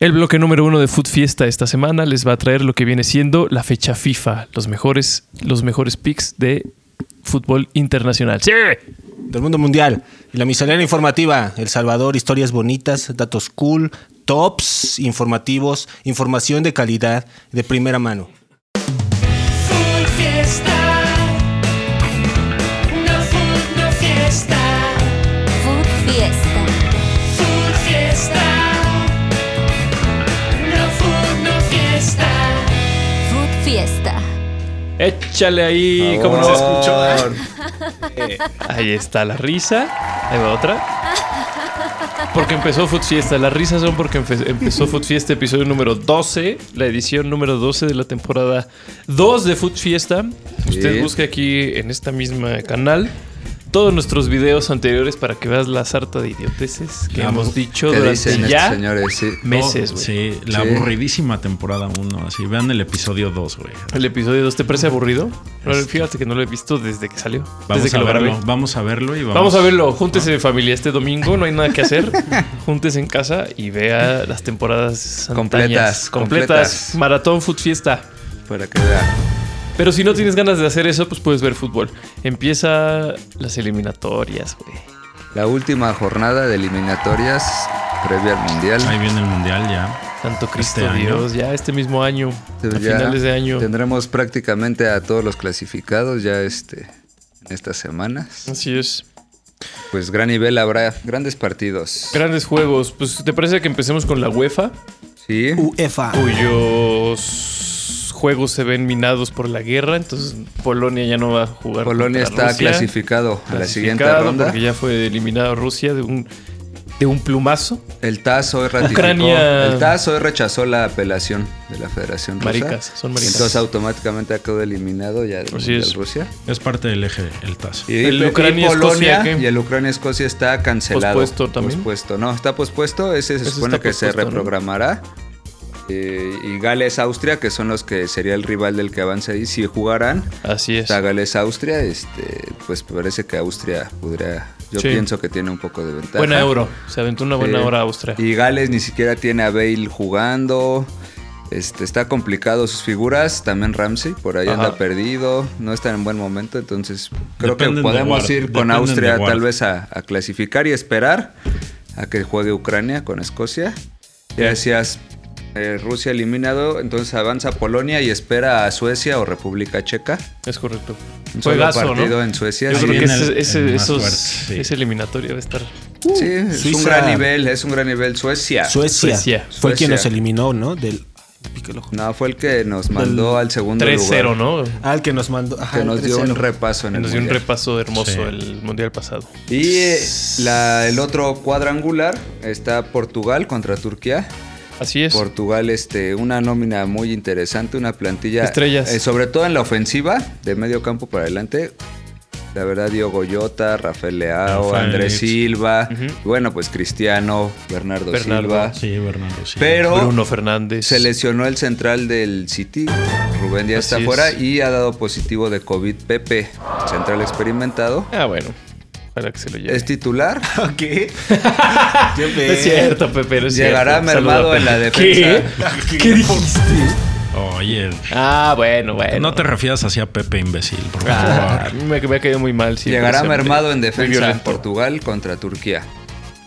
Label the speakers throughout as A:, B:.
A: El bloque número uno de Food Fiesta esta semana les va a traer lo que viene siendo la fecha FIFA, los mejores, los mejores picks de fútbol internacional. ¡Sí!
B: Del mundo mundial. Y la miscelánea informativa. El Salvador, historias bonitas, datos cool, tops informativos, información de calidad, de primera mano.
C: Full fiesta. No full, no fiesta.
D: Food Fiesta.
C: Full fiesta. No full, no fiesta.
D: Food Fiesta.
A: Échale ahí, ¿cómo no? Ahí está la risa. Ahí va otra. Porque empezó Food Fiesta. Las risas son porque empe- empezó Food Fiesta, episodio número 12, la edición número 12 de la temporada 2 de Food Fiesta. Usted busca aquí en esta misma canal todos nuestros videos anteriores para que veas la sarta de idioteces que hemos dicho
E: ¿Qué
A: durante
E: dicen
A: ya
E: estos señores? Sí.
A: meses, güey.
F: Sí, la
E: Sí.
F: aburridísima temporada 1. Así, vean el episodio 2, güey.
A: El episodio 2 te parece aburrido. No, Fíjate que no lo he visto desde que salió.
F: Vamos
A: desde que
F: a
A: lo grabé.
F: verlo. Vamos a verlo y vamos,
A: Vamos a verlo, júntese en familia este domingo, no hay nada que hacer. júntese en casa y vea las temporadas antañas.
E: Completas,
A: completas.
E: completas.
A: Maratón Food Fiesta.
E: Para que vean.
A: Pero si no tienes ganas de hacer eso, pues puedes ver fútbol. Empieza las eliminatorias, güey.
E: La última jornada de eliminatorias previa al
F: Ahí
E: Mundial.
F: viene el mundial ya.
A: Santo Cristo
F: Este año.
A: Dios, ya este mismo año, a
E: Ya
A: finales de año.
E: Tendremos prácticamente a todos los clasificados ya este, en estas semanas.
A: Así es.
E: Pues gran nivel habrá, grandes partidos.
A: Grandes juegos. Pues te parece que empecemos con la UEFA,
E: Sí,
A: Uh,
B: UEFA.
A: cuyos juegos se ven minados por la guerra, entonces Polonia ya no va a jugar.
E: Polonia
A: contra
E: está
A: Rusia.
E: clasificado a la siguiente
A: clasificado,
E: ronda.
A: Porque ya fue eliminado Rusia de un, de un plumazo.
E: El TAS hoy ratificó.
A: Ucrania-
E: El TAS hoy rechazó la apelación de la Federación Rusa.
A: Maricas, son maricas.
E: Entonces automáticamente ha quedado eliminado ya de
A: Así es.
E: Rusia.
F: Es parte del eje, el TAS.
E: Y,
A: El
E: y
A: Ucrania,
E: Polonia
A: Escocia, ¿qué?
E: y el Ucrania Escocia está cancelado.
A: ¿Pospuesto también?
E: Pospuesto. No, está pospuesto. Ese se
A: Ese
E: supone
A: está
E: que se
A: pospuesto, ¿no?
E: reprogramará. Eh, y Gales Austria, que son los que sería el rival del que avanza ahí, si jugarán.
A: Así es.
E: Está Gales Austria, este, pues parece que Austria podría. Yo
A: Sí.
E: pienso que tiene un poco de ventaja.
A: Buena euro. Se aventó una buena
E: Sí.
A: hora Austria.
E: Y Gales ni siquiera tiene a Bale jugando. Este, está complicado sus figuras. También Ramsey por ahí
A: Ajá.
E: anda perdido. No está en buen momento. Entonces creo
F: Dependen de
E: que podemos
F: Ward,
E: ir
F: dependen
E: con
F: de
E: Austria
F: Ward.
E: tal vez a, a clasificar y esperar a que juegue Ucrania con Escocia. Ya decías, eh, Rusia eliminado. Entonces avanza Polonia y espera a Suecia o República Checa.
A: Es correcto.
E: Un solo
A: Juegazo,
E: partido
A: ¿no?
E: en Suecia.
A: Yo
E: sí.
A: creo que
F: viene
A: ese,
F: el-
A: ese-
F: el más
A: esos,
F: fuerte, sí.
A: ese eliminatorio va a estar.
E: Sí, es
B: Suiza.
E: un gran nivel. Es un gran nivel. Suecia.
B: Suecia.
A: Suecia.
B: Fue quien nos
E: Suecia.
B: eliminó, ¿no? Del. me pica el ojo.
E: No, fue el que nos mandó al segundo lugar.
A: 3-0, ¿no?
B: Ah, el que nos mandó. Ajá,
E: que nos dio un
B: 3-0.
E: repaso en el
A: Nos dio un
E: mundial.
A: repaso hermoso
F: Sí.
A: el mundial pasado.
E: Y eh, la- el otro cuadrangular está Portugal contra Turquía.
A: Así es.
E: Portugal, este, una nómina muy interesante, una plantilla.
A: Estrellas.
E: eh, sobre todo en la ofensiva, de medio campo para adelante. La verdad, Diogo Goyota, Rafael Leao,
F: Rafael.
E: Andrés Silva.
A: Ujú.
E: y Bueno, pues Cristiano, Bernardo,
A: Bernardo,
E: Silva.
F: Sí, Bernardo, sí.
E: Pero
A: Bruno Fernández.
E: se lesionó el central del City. Rubén Díaz
A: Así
E: está fuera
A: es.
E: y ha dado positivo de COVID Pepe, central experimentado.
A: Ah, bueno. Para que se lo lleve.
E: Es titular.
B: ¿Qué? Qué
A: No es
B: ver.
A: cierto, Pepe. no es
E: Llegará
A: cierto.
E: mermado
A: Saluda,
E: en la
A: Pepe.
E: defensa.
A: ¿Qué? ¿Qué dijiste?
F: Oye,
A: Ah, bueno, bueno.
F: no te refieras así a Pepe imbécil, por favor.
A: Ah, a mí me, me ha caído muy mal. sí,
E: Llegará
A: precisamente.
E: mermado en
A: Muy
E: defensa
A: violento.
E: Portugal contra Turquía.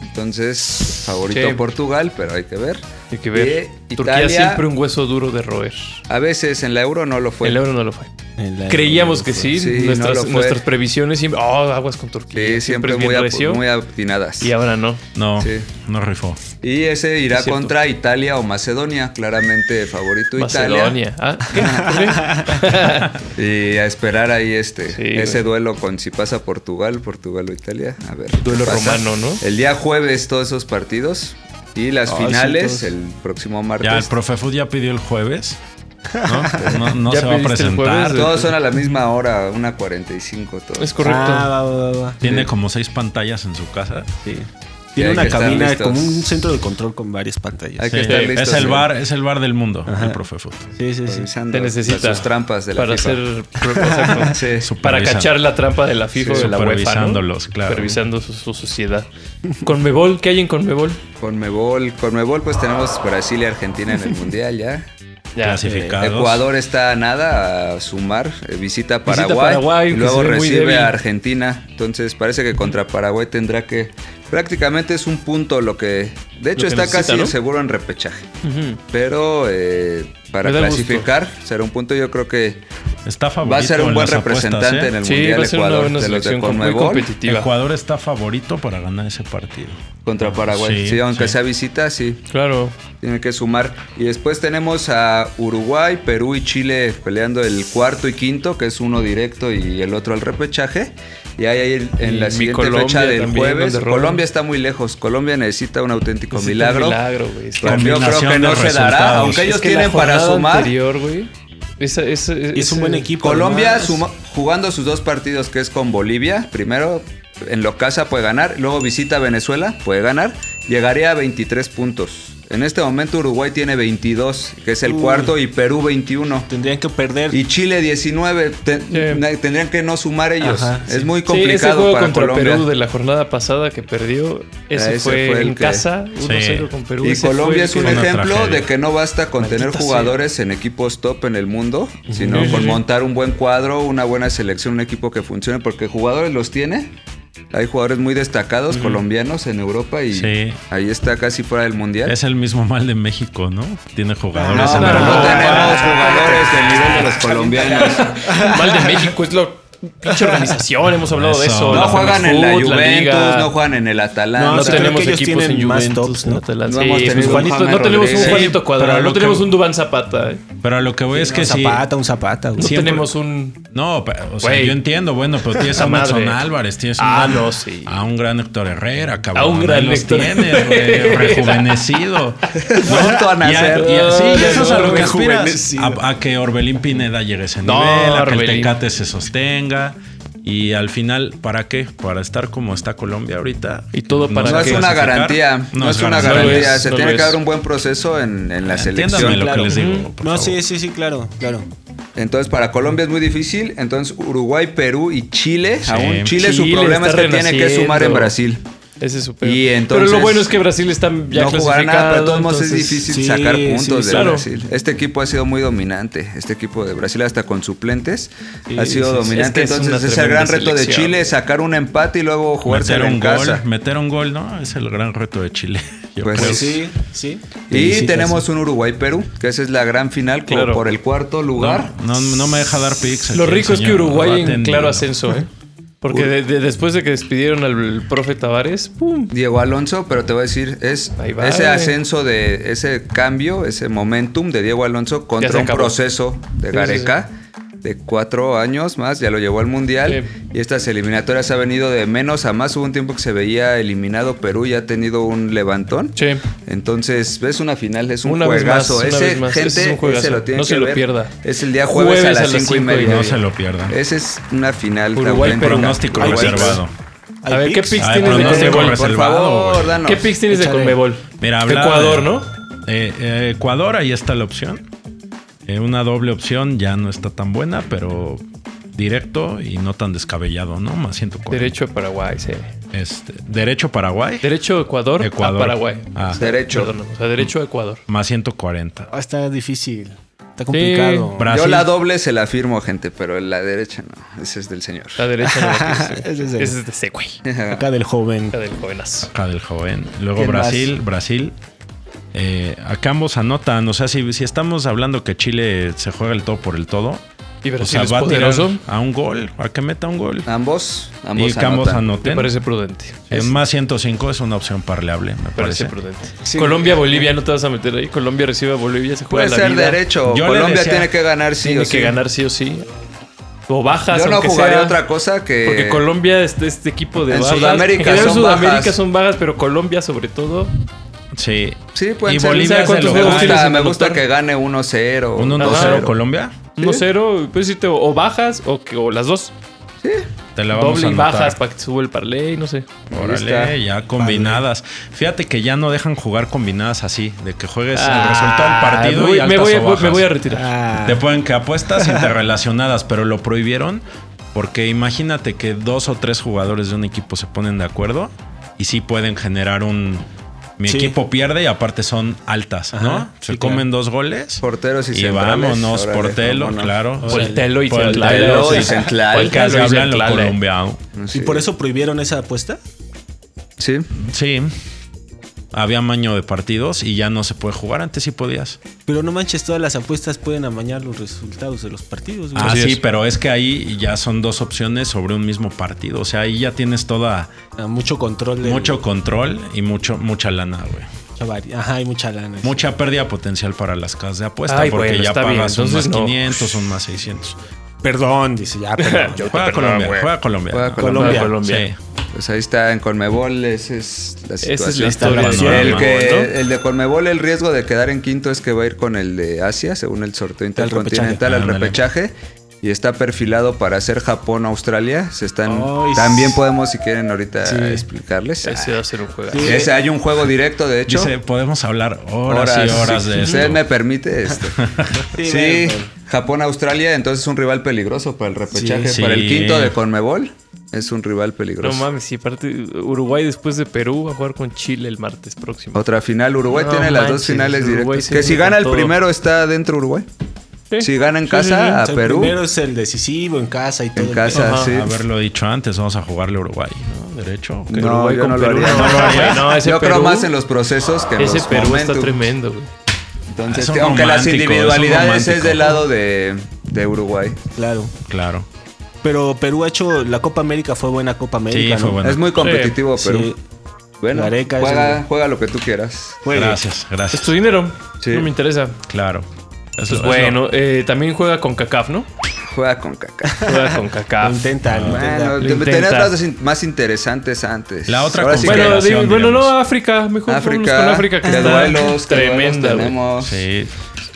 E: Entonces, favorito
A: Sí.
E: Portugal, pero hay que ver.
A: Hay que ver.
E: Y
A: Turquía
E: Italia,
A: siempre un hueso duro de roer.
E: A veces en la Euro no lo fue.
A: El euro no lo fue.
F: Eh,
B: En la-
A: Creíamos que sí.
E: Sí, no
A: nuestras,
E: lo fue.
A: nuestras previsiones siempre. Oh, aguas con
E: Sí,
A: Turquía.
E: siempre,
A: es
E: muy,
A: bien
E: ap-
A: recio.
E: muy atinadas.
A: Y ahora no.
F: No,
E: Sí.
F: no rifó.
E: Y ese irá
A: Es cierto.
E: contra Italia o Macedonia, claramente favorito Italia.
A: Macedonia. Ah, ¿qué? ¿Por qué?
E: Y a esperar ahí este
A: Sí, güey.
E: ese duelo con si pasa Portugal, Portugal o Italia. A ver.
A: Duelo
E: ¿qué pasa?
A: romano, ¿no?
E: El día jueves todos esos partidos y las
B: Ay, sí,
E: finales
B: todos.
E: el próximo martes.
A: pues-
F: Ya, el profe Food ya pidió el jueves. No, no, no
A: ¿Ya
F: se va a
A: pediste el
F: presentar.
A: jueves?
E: Todos son a la misma hora, una 45 todos.
A: Es correcto.
B: Ah, va, va, va, va.
F: Tiene
E: Sí.
F: como seis pantallas en su casa.
E: Sí.
B: Tiene
E: hay que
B: una
E: estar
B: cabina
E: listos.
B: como un centro de control con varias pantallas.
E: Hay
F: Sí,
E: que estar listos.
F: es el
E: eh,
F: bar, es el bar del mundo, el profe Foot.
B: Sí, sí, sí.
E: revisando
A: Te necesita.
E: Sus trampas de la
A: para
E: FIFA.
A: hacer exacto.
E: Sí.
F: Su-
A: para
F: Supervisando.
A: cachar la trampa de la FIFA o
F: Sí,
A: de la UEFA,
F: supervisándolos,
A: ¿no?
F: claro.
A: Supervisando su, su sociedad. Conmebol, ¿qué hay en Conmebol?
E: Conmebol, Conmebol, pues tenemos Brasil y Argentina en el Mundial ya.
A: Ya. eh,
F: Clasificados.
E: Ecuador está a nada a sumar, eh, visita Paraguay,
A: Paraguay,
E: y
A: que
E: luego
A: se ve muy
E: recibe
A: débil.
E: a Argentina. Entonces parece que contra Paraguay tendrá que prácticamente es un punto lo que de hecho
A: que
E: está
A: necesita,
E: casi
A: ¿no?
E: seguro en repechaje.
A: eh, Ujú.
E: Pero eh, para
A: Me da gusto.
E: clasificar será un punto yo creo que
F: Está favorito.
E: va a ser un
F: en
E: buen
F: las apuestas,
E: representante
F: ¿eh?
E: en el
A: Sí,
E: Mundial
A: va a ser una
E: Ecuador
A: buena
E: de los de
A: selección con- muy
E: Conmebol
A: competitiva.
F: Ecuador está favorito para ganar ese partido.
E: contra
A: Ah,
E: Paraguay.
F: Sí,
E: sí, aunque
F: sí.
E: sea visita, sí.
A: Claro.
E: Tiene que sumar. Y después tenemos a Uruguay, Perú y Chile peleando el cuarto y quinto, que es uno directo y el otro al repechaje. Y ahí hay en la
A: Y mi
E: siguiente
A: Colombia
E: fecha del
A: también,
E: jueves.
A: donde roban.
E: Colombia está muy lejos. Colombia necesita un auténtico
A: Necesita
E: milagro.
A: un milagro, güey. Es que-
E: Pero Yo creo
F: Combinación
E: que
F: de
E: no se dará.
F: resultados.
E: Aunque
F: Es
E: ellos
A: Es que la
E: tienen para
A: jornada
E: sumar.
A: anterior, güey, esa- esa-
B: Y es un
A: ese-
B: buen equipo.
E: Colombia
B: además.
E: suma- jugando sus dos partidos, que es con Bolivia, primero en lo casa puede ganar, luego visita a Venezuela, puede ganar, llegaría a 23 puntos. En este momento Uruguay tiene 22, que es el
B: Uy.
E: cuarto, y Perú 21.
B: Tendrían que perder.
E: Y Chile 19, Te-
A: Sí.
E: na- tendrían que no sumar ellos.
B: Ajá,
E: Es muy
A: Sí, ese
E: complicado
A: juego
E: para
A: contra
E: Colombia.
A: Perú de la jornada pasada que perdió, ese,
E: Ese
A: fue,
E: fue el
A: en
E: que-
A: casa, 1-0
F: Sí.
A: con Perú.
E: Y
A: Ese fue
E: Colombia
A: el
E: es
A: que-
E: un
F: Una
E: ejemplo
F: tragedia.
E: de que no basta con
A: Maldita
E: tener jugadores en equipos top en el mundo, sino
A: Sí, sí,
E: con
A: sí.
E: montar un buen cuadro, una buena selección, un equipo que funcione, porque jugadores los tiene. Hay jugadores muy destacados colombianos en Europa y
F: Sí.
E: ahí está casi fuera del mundial.
F: Es el mismo mal de México, ¿no? Tiene
E: No,
F: jugadores
E: ¿Eh? no,
F: en
E: no
F: Europa.
E: tenemos jugadores del nivel de los colombianos.
A: Mal de México, es la pinche organización, hemos hablado de
F: Eso.
A: eso.
F: No
E: No
A: la
E: juegan en la
A: Femefoot,
E: Juventus,
A: Liga.
E: no juegan en el Atalanta.
A: No,
B: No, sí, creo
A: tenemos
B: que ellos
A: equipos en
B: tienen más
A: Juventus,
B: tops, ¿no?
A: no, te la-
E: No
A: sí,
E: hemos
A: pues,
E: tenido un
A: Juanito-
E: James
A: no tenemos un
E: Rodríguez.
A: Juanito
F: Sí,
A: Cuadrado,
F: pero
A: no
F: lo
A: tenemos
F: que-
A: un Dubán Zapata, eh.
F: Pero a lo que voy es que
B: un
F: sí.
B: zapata, un zapata. güey.
A: no
F: Siempre-
A: tenemos un...
F: No, pero, o sea,
A: Güey.
F: yo entiendo, bueno, pero tienes a
A: La madre.
F: Nelson Álvarez, tienes un
A: Ah,
F: gran-
A: no, sí.
F: a un gran Héctor Herrera, cabrón.
A: A un gran
F: Ahí los
A: Héctor
F: tienes, güey, rejuvenecido.
E: Pronto a
F: Y a-
E: nacer.
F: y a- sí,
A: Ay,
F: y eso es a lo que aspiras.
A: rejuvenecido.
F: A, a que Orbelín Pineda llegue a ese nivel,
A: No,
F: a que el
A: Orbelín.
F: Tecate se sostenga. Y al final, ¿para qué? Para estar como está Colombia ahorita.
A: Y todo para
E: No
A: Para
E: es
A: que
E: una
F: clasificar.
E: garantía, no, es una
A: No lo
E: garantía.
A: es,
E: Se
A: no
E: tiene
A: lo
E: que
A: es.
E: haber un buen proceso en, en la
F: Entiéndame
E: selección. Mm,
F: lo que les digo.
A: Ujú.
F: por
B: No,
F: favor.
B: sí, sí, sí, claro, claro.
E: Entonces, para Colombia es muy difícil. Entonces, Uruguay, Perú y Chile.
F: Sí.
E: Aún Chile, su
A: Chile
E: problema es
A: está
E: que tiene que sumar
A: renaciendo.
E: en Brasil.
A: Ese es su peor.
E: Y
A: Pero lo
E: entonces-
A: bueno es que Brasil está ya
E: no jugar nada,
A: clasificado,
E: pero de todos modos es
A: entonces-
E: difícil
B: sí,
E: sacar
B: sí,
E: puntos de
A: claro.
E: Brasil. Este equipo ha sido muy dominante. Este equipo de Brasil, hasta con suplentes,
A: Sí,
E: ha sido
A: sí, sí. Es
E: dominante.
A: que es una
E: entonces, es el gran
A: tremenda
E: reto de
A: selección.
E: Chile, sacar un empate y luego jugarse
F: Meter
E: en
F: un,
E: casa.
F: gol, meter un gol, ¿no? Es el gran reto de Chile. Yo creo.
E: Pues Pero-
B: Pues sí, sí.
E: Y
B: Sí,
E: tenemos un Uruguay-Perú, que esa es la gran final como
A: Claro.
E: por el cuarto lugar.
F: No, no, no me deja dar pics. aquí
A: Lo
F: el
A: rico es que
F: señor
A: Uruguay en
F: Batten,
A: claro
F: ¿no?
A: ascenso, ¿eh? Porque de- de- después de que despidieron al profe Tavares, ¡pum!
E: Diego Alonso, pero te voy a decir, es
A: Ahí va,
E: ese
A: güey.
E: ascenso de ese cambio, ese momentum de Diego Alonso
A: Ya
E: contra
A: se
E: un
A: acabó.
E: proceso de
A: Sí, sí,
E: Gareca de cuatro años más, ya lo llevó al Mundial.
A: Sí.
E: Y estas eliminatorias ha venido de menos a más. Hubo un tiempo que se veía eliminado Perú y ha tenido un levantón.
A: Che,
E: Entonces, es una final, es un
A: Una vez
E: juegazo.
A: más, una
E: ese,
A: vez más,
E: gente,
A: ese es un juegazo.
E: ese lo tiene
A: No
E: que
A: se lo
E: ver.
A: pierda.
E: Es el día jueves, a las cinco y media.
F: No se lo pierdan.
E: Esa es una final
A: Uruguay,
E: auténtica.
F: Pronóstico
B: Hay pics.
F: reservado.
B: ¿Hay
A: A ver, ¿qué
B: pics?
A: pics
F: Ay,
A: tienes de
F: pronóstico
A: Conmebol?
E: Por
F: reservado,
E: favor,
F: güey.
E: danos.
A: ¿Qué picks tienes de
B: Échale.
A: Conmebol?
F: Mira, habla
A: Ecuador,
F: de-
A: ¿no?
F: Eh, eh, Ecuador, ahí está la opción. Eh, una doble opción ya no está tan buena, pero directo y no tan descabellado, ¿no? Más 140.
A: Derecho a Paraguay, sí.
F: Este, derecho Paraguay.
A: Derecho a Ecuador,
F: Ecuador.
A: a Paraguay.
F: Ah,
E: Derecho.
A: Perdón, o sea, derecho a Ecuador.
F: más 140.
B: Ah, está difícil. Está complicado.
F: Brasil.
E: Yo la doble se la firmo, gente, pero la derecha no. Ese es del señor.
A: La derecha no la quise.
B: Ese es el-
A: Ese es de ese güey.
B: Acá del joven.
A: La del jovenazo.
F: Acá del joven. Luego
B: ¿Quién
F: Brasil, Brasil. Eh, acá ambos anotan. O sea, si, si estamos hablando que Chile se juega el todo por el todo,
A: Y
F: o
A: Brasil
F: sea,
A: es
F: va a tirar
A: poderoso.
F: a un gol, a que meta un
A: Ah,
F: gol.
E: Ambos,
F: y
E: ambos
F: que ambos
E: anotan.
A: Me
F: anoten.
A: parece prudente.
F: Eh, más 105 es una opción parleable, me
A: Me parece
F: parece.
A: prudente.
E: Sí.
A: Colombia, Bolivia, no te vas a meter ahí. Colombia recibe a Bolivia, se juega
E: Puede
A: la
E: ser
A: vida.
E: derecho.
F: Yo le
E: Colombia
F: decía-
E: tiene que ganar sí
A: Tiene
E: o
A: que
E: sí.
A: ganar sí o sí. O bajas,
E: Yo no
A: aunque
E: jugaría
A: sea.
E: otra cosa que.
A: Porque Colombia, este, este equipo de
E: En
A: bajas.
E: Sudamérica
A: en general
E: son
A: Sudamérica
E: bajas.
A: son bajas, pero Colombia sobre todo.
F: Sí.
E: Sí, pueden
F: y
E: ser.
F: Bolivia
A: ¿Sabe
F: es
A: cuántos
F: el
E: me
A: juegos
F: hogar.
A: tienes
E: gusta,
A: en
E: me
A: anotar?
E: gusta que gane 1-0.
F: Un 1-0
A: Ajá.
F: Colombia.
A: 1-0, puedes irte o, o bajas o, que- o las dos.
E: Sí.
F: Te la vamos
A: Doble
F: a
A: y
F: anotar.
A: bajas para que te suba el parlay, no sé.
E: está.
F: Órale, ya combinadas. Fíjate que ya no dejan jugar combinadas así, de que juegues
A: Ah,
F: el resultado del partido
A: voy-
F: y altas
A: me, voy, a-
F: o bajas.
A: me voy a retirar.
B: Ah,
F: Te ponen que apuestas interrelacionadas, pero lo prohibieron porque imagínate que dos o tres jugadores de un equipo se ponen de acuerdo y sí pueden generar un... Mi
B: Sí.
F: equipo pierde y aparte son altas, ¿no?
B: Ajá,
F: se
B: sí,
F: comen dos goles.
E: Porteros y
F: Y
E: centrales.
F: vámonos,
E: Órale,
F: portelo,
E: vámonos.
F: claro.
A: Portelo y
F: Portelo
E: centrales.
F: y centrales.
A: y
E: Portelo
F: Casi hablan lo
A: centrales.
F: colombiano.
E: Sí.
B: ¿Y por eso prohibieron esa apuesta?
E: Sí.
F: Sí. Había maño de partidos y ya no se puede jugar. Antes sí podías.
B: Pero no manches, todas las apuestas pueden amañar los resultados de los partidos. güey.
F: Ah,
A: Así
F: sí,
A: es.
F: pero es que ahí ya son dos opciones sobre un mismo partido. O sea, ahí ya tienes toda
B: Ah, mucho control. del-
F: mucho control y mucho, mucha lana, güey.
B: mucha vari- Ajá, hay mucha lana. sí.
F: Mucha pérdida potencial para las casas de apuesta
A: Ay,
F: porque
A: bueno,
F: ya
A: está bien,
F: pagas un más
A: entonces no.
F: 500, un más 600.
B: Perdón, dice ya, perdón.
F: Juega Colombia, juega Colombia.
E: Juega
F: ¿no?
E: Colombia.
B: Colombia.
A: Colombia.
F: Sí.
E: Pues ahí está en Conmebol, esa es la
A: Esa es la
E: situación.
A: historia
F: de
E: Está el,
F: Conmebol,
E: que,
A: ¿no?
E: el de Conmebol, el riesgo de quedar en quinto es que va a ir con el de Asia, según el sorteo intercontinental, al
F: repechaje.
E: repechaje. Y está perfilado para ser Japón-Australia. Se están.
B: Ay,
E: también
B: sí.
E: podemos, si quieren, ahorita
B: Sí.
E: explicarles.
A: Ese va a ser un juego.
E: Ah, ese hay un juego directo, de hecho.
F: Dice, podemos hablar horas, y horas
E: sí.
F: de
E: Usted
F: esto.
E: me permite esto.
B: Sí,
E: sí,
B: ven,
E: Japón-Australia, entonces es un rival peligroso para el repechaje.
F: Sí,
E: Para
F: sí.
E: el quinto de Conmebol, es un rival
A: No
E: peligroso.
A: mames, si parte Uruguay después de Perú va a jugar con Chile el martes próximo.
E: Otra final, Uruguay
A: No
E: tiene las dos
A: manches,
E: finales
A: Uruguay
E: directas.
A: se
E: Que si
A: viene
E: gana
A: con
E: el
A: todo.
E: primero está dentro Uruguay.
A: Sí.
E: Si gana en
A: Sí, sí, sí.
E: casa
B: O sea,
E: a
B: el
E: Perú,
B: Primero es el decisivo en casa y todo.
E: en
B: el
E: casa,
A: Ajá.
E: sí.
F: Haberlo dicho antes, vamos a jugarle a Uruguay, ¿no? ¿Derecho? ¿O qué?
E: No,
A: Uruguay
E: yo
A: con
E: no lo
A: Perú,
E: haría.
A: no, no, güey, no, ese
E: yo creo
A: Perú-
E: más en los procesos que en
A: Ese
E: los
A: Perú
E: momentum.
A: está tremendo, güey.
E: Entonces,
F: Es un
E: te- aunque las
F: romántico, es un
E: individualidades es,
F: romántico.
E: del lado de, de Uruguay.
B: Claro.
F: Claro.
B: Pero Perú ha hecho. La Copa América fue buena Copa América.
F: Sí, fue
B: ¿no?
F: buena. Bueno.
E: es muy competitivo,
B: Sí.
E: Perú. Bueno,
B: La Areca es
E: juega,
B: el-
E: juega lo que tú quieras.
B: Juegue.
F: Gracias,
A: Es
F: gracias.
A: tu dinero.
E: Sí.
A: No me interesa.
F: Claro. Es lo-
A: Pues
F: es
A: bueno, eh, también juega con CACAF, ¿no?
E: Juega con caca.
A: Juega con
B: Lo
A: CACAF.
B: intenta,
E: Ah,
B: lo intenta.
E: Bueno,
A: Lo
E: te- tenías
A: intenta.
E: las in- más interesantes antes.
F: La otra
E: Ahora sí
F: con-
E: que-
A: Bueno,
F: Federación,
A: David, bueno, no,
F: digamos.
A: África. Mejor vámonos
E: África,
A: con África, que
E: qué
A: está
E: duelos, qué duelos
A: tremenda, güey.
E: tenemos.
F: Sí.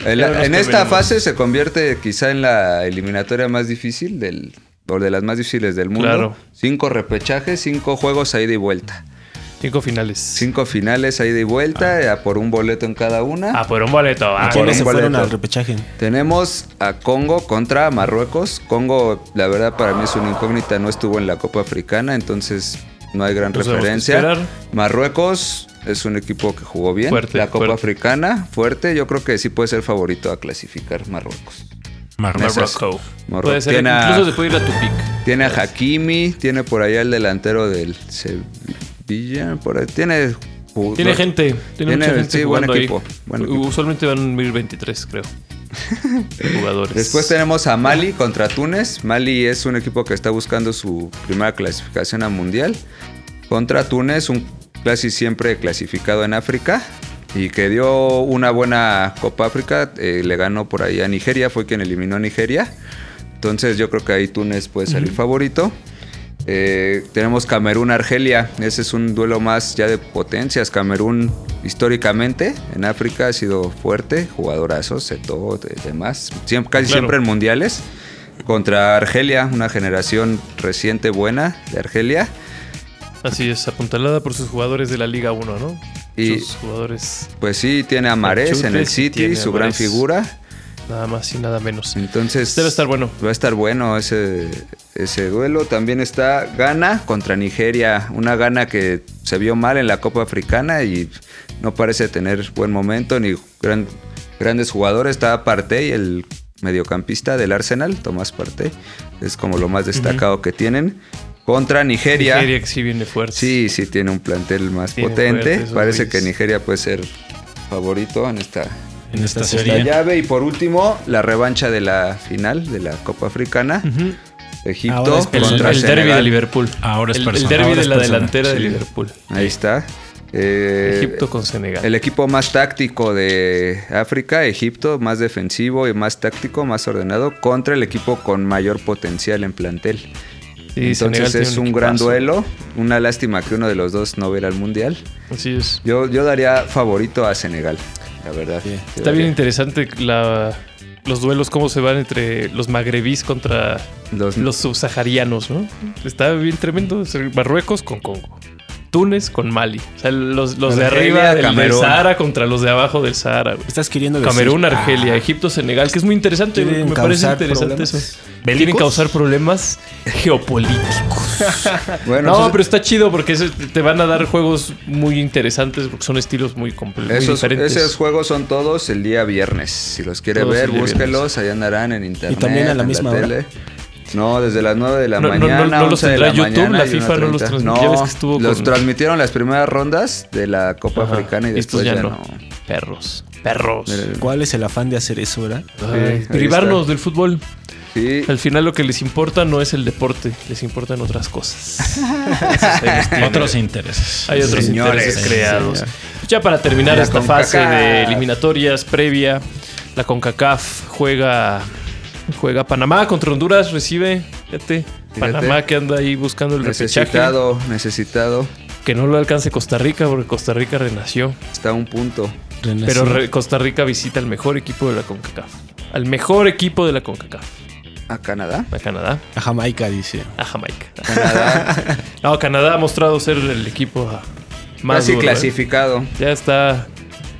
E: El-
A: Ya los
E: en esta
A: veremos.
E: fase se convierte quizá en la eliminatoria más difícil del o de las más difíciles del mundo.
A: Claro.
E: Cinco repechajes, cinco juegos a ida y vuelta.
A: Cinco finales.
E: Cinco finales a ida y vuelta, a por un boleto en cada una.
A: Ah, por un boleto.
B: ¿A
A: ah.
E: por un
B: quiénes se fueron
E: boleto.
B: al repechaje?
E: Tenemos a Congo contra Marruecos. Congo, la verdad, para mí es una incógnita. No estuvo en la Copa Africana, entonces no hay gran
A: Nos vamos a
E: referencia.
A: esperar.
E: Marruecos es un equipo que jugó bien.
A: Fuerte,
E: la Copa
A: fuerte.
E: Africana, fuerte. Yo creo que sí puede ser favorito a clasificar Marruecos.
F: Marruecos.
A: Morocco.
E: Morro-
A: Puede ser,
E: tiene a-
A: incluso se puede ir a tu pick.
E: Tiene a Hakimi, tiene por allá el delantero del Sevilla, por ahí. Tiene, ju-
A: Tiene
E: no-
A: gente, tiene,
E: Tiene-
A: mucha gente
E: sí, buen
A: jugando
E: equipo,
A: ahí.
E: buen equipo.
A: Usualmente van a 1023, creo. Jugadores.
E: Después tenemos a Mali contra Túnez. Mali es un equipo que está buscando su primera clasificación a mundial. Contra Túnez, un casi siempre clasificado en África y que dio una buena Copa África. Eh, le ganó por ahí a Nigeria, fue quien eliminó a Nigeria. Entonces yo creo que ahí Túnez puede salir favorito. Eh, tenemos Camerún-Argelia. Ese es un duelo más ya de potencias. Camerún históricamente en África ha sido fuerte, jugadorazos, Seto, de- demás. Siem-
A: Claro.
E: casi siempre en mundiales. Contra Argelia, una generación reciente buena de Argelia.
A: Así es, apuntalada por sus jugadores de la Liga 1, ¿no?
E: Y-
A: Sus jugadores
E: Pues sí, tiene a Marés en el
A: Chutes, tiene
E: City,
A: a
E: su gran
A: Mahrez.
E: figura.
A: nada más y nada menos.
E: Entonces.
A: Debe estar bueno.
E: Va a estar bueno ese, ese duelo. También está Ghana contra Nigeria. Una Ghana que se vio mal en la Copa Africana y no parece tener buen momento ni gran- grandes jugadores. Está Partey, el mediocampista del Arsenal, Tomás Partey. Es como lo más destacado que tienen. Contra Nigeria.
A: Nigeria que sí viene fuerte.
E: Sí, sí, tiene un plantel más
A: Tiene
E: potente.
A: fuerte, esos
E: Parece
A: güeyes.
E: que Nigeria puede ser favorito en esta
F: En esta
B: Esta
E: la
F: serie.
E: llave y por último la revancha de la final de la Copa Africana
A: Ujú.
E: Egipto
B: Ahora es
A: El,
E: contra
A: el derby
E: Senegal.
A: de Liverpool.
F: Ahora es
A: el, el
F: personal.
A: derby
F: Ahora
A: de
F: es
A: la
F: personal,
A: delantera de
E: sí.
A: Liverpool.
E: ahí está Eh,
A: Egipto con Senegal.
E: el equipo más táctico de África Egipto más defensivo y más táctico más ordenado contra el equipo con mayor potencial en plantel
A: Sí, Senegal
E: Entonces
A: tiene
E: es un
A: equipazo.
E: gran duelo. Una lástima que uno de los dos no va a ir al mundial.
A: Así es.
E: Yo, yo daría favorito a Senegal, la verdad. Yo
A: Está bien
E: daría.
A: interesante la, los duelos, cómo se van entre los magrebís contra
E: Los-
A: los subsaharianos, ¿no? Está bien tremendo. Es el Marruecos con Congo. Túnez con Mali. O sea, los, los de
E: Argelia,
A: arriba del- del,
E: Camerún.
A: Sahara contra los de abajo del Sahara. güey.
B: Estás queriendo decir-
A: Camerún, Argelia,
B: Ah,
A: Egipto, Senegal, que es muy interesante.
B: Quieren
A: güey. Me parece
B: causar
A: interesante
B: problemas.
A: eso. Quieren causar problemas geopolíticos.
E: Bueno,
A: no,
B: pues,
E: entonces,
A: pero está chido porque eso- te van a dar juegos muy interesantes porque son estilos muy, comple- muy
E: esos,
A: diferentes.
E: esos juegos son todos el día viernes. Si los quiere
A: Todos
E: ver,
A: el día
E: búsquelos. Allá andarán en internet.
B: también a la
E: en
B: misma hora?
E: tele. No, desde las 9 de la
A: No, no, no,
E: mañana.
A: no los
E: 11 de
A: tendrá
E: la
A: YouTube,
E: mañana
A: la
E: y
A: FIFA no los
E: 1:30.
A: transmitió, ya ves que estuvo
E: los
A: con-
E: transmitieron las primeras rondas de la Copa
A: Ajá. pues
E: Africana y
A: Estos
E: después ya, no.
A: Perros. Perros.
B: ¿Cuál es el afán de hacer eso, verdad?
A: Ay,
E: ahí está.
A: privarnos del fútbol.
E: Sí,
A: Al final lo que les importa no es el deporte, les importan otras cosas. Esos ahí los tienen.
F: Otros intereses.
A: Hay otros
E: Señores.
A: intereses
E: Sí,
A: creados.
E: señor.
A: Pues Ya para terminar
E: La
A: esta fase
E: CONCACAF.
A: de eliminatorias previa, la CONCACAF juega juega Panamá contra Honduras, recibe, fíjate, Panamá que anda ahí buscando el repechaje,
E: necesitado, necesitado.
A: que no lo alcance Costa Rica porque Costa Rica renació,
E: Está a un punto.
A: pero re- Costa Rica visita al mejor equipo de la CONCACAF, al mejor equipo de la CONCACAF,
E: ¿A Canadá?
A: a Canadá,
B: A Jamaica, dice.
A: a Jamaica.
E: Canadá.
A: No, Canadá ha mostrado ser el equipo más
E: casi
A: duro, ¿eh?
E: clasificado.
A: Ya está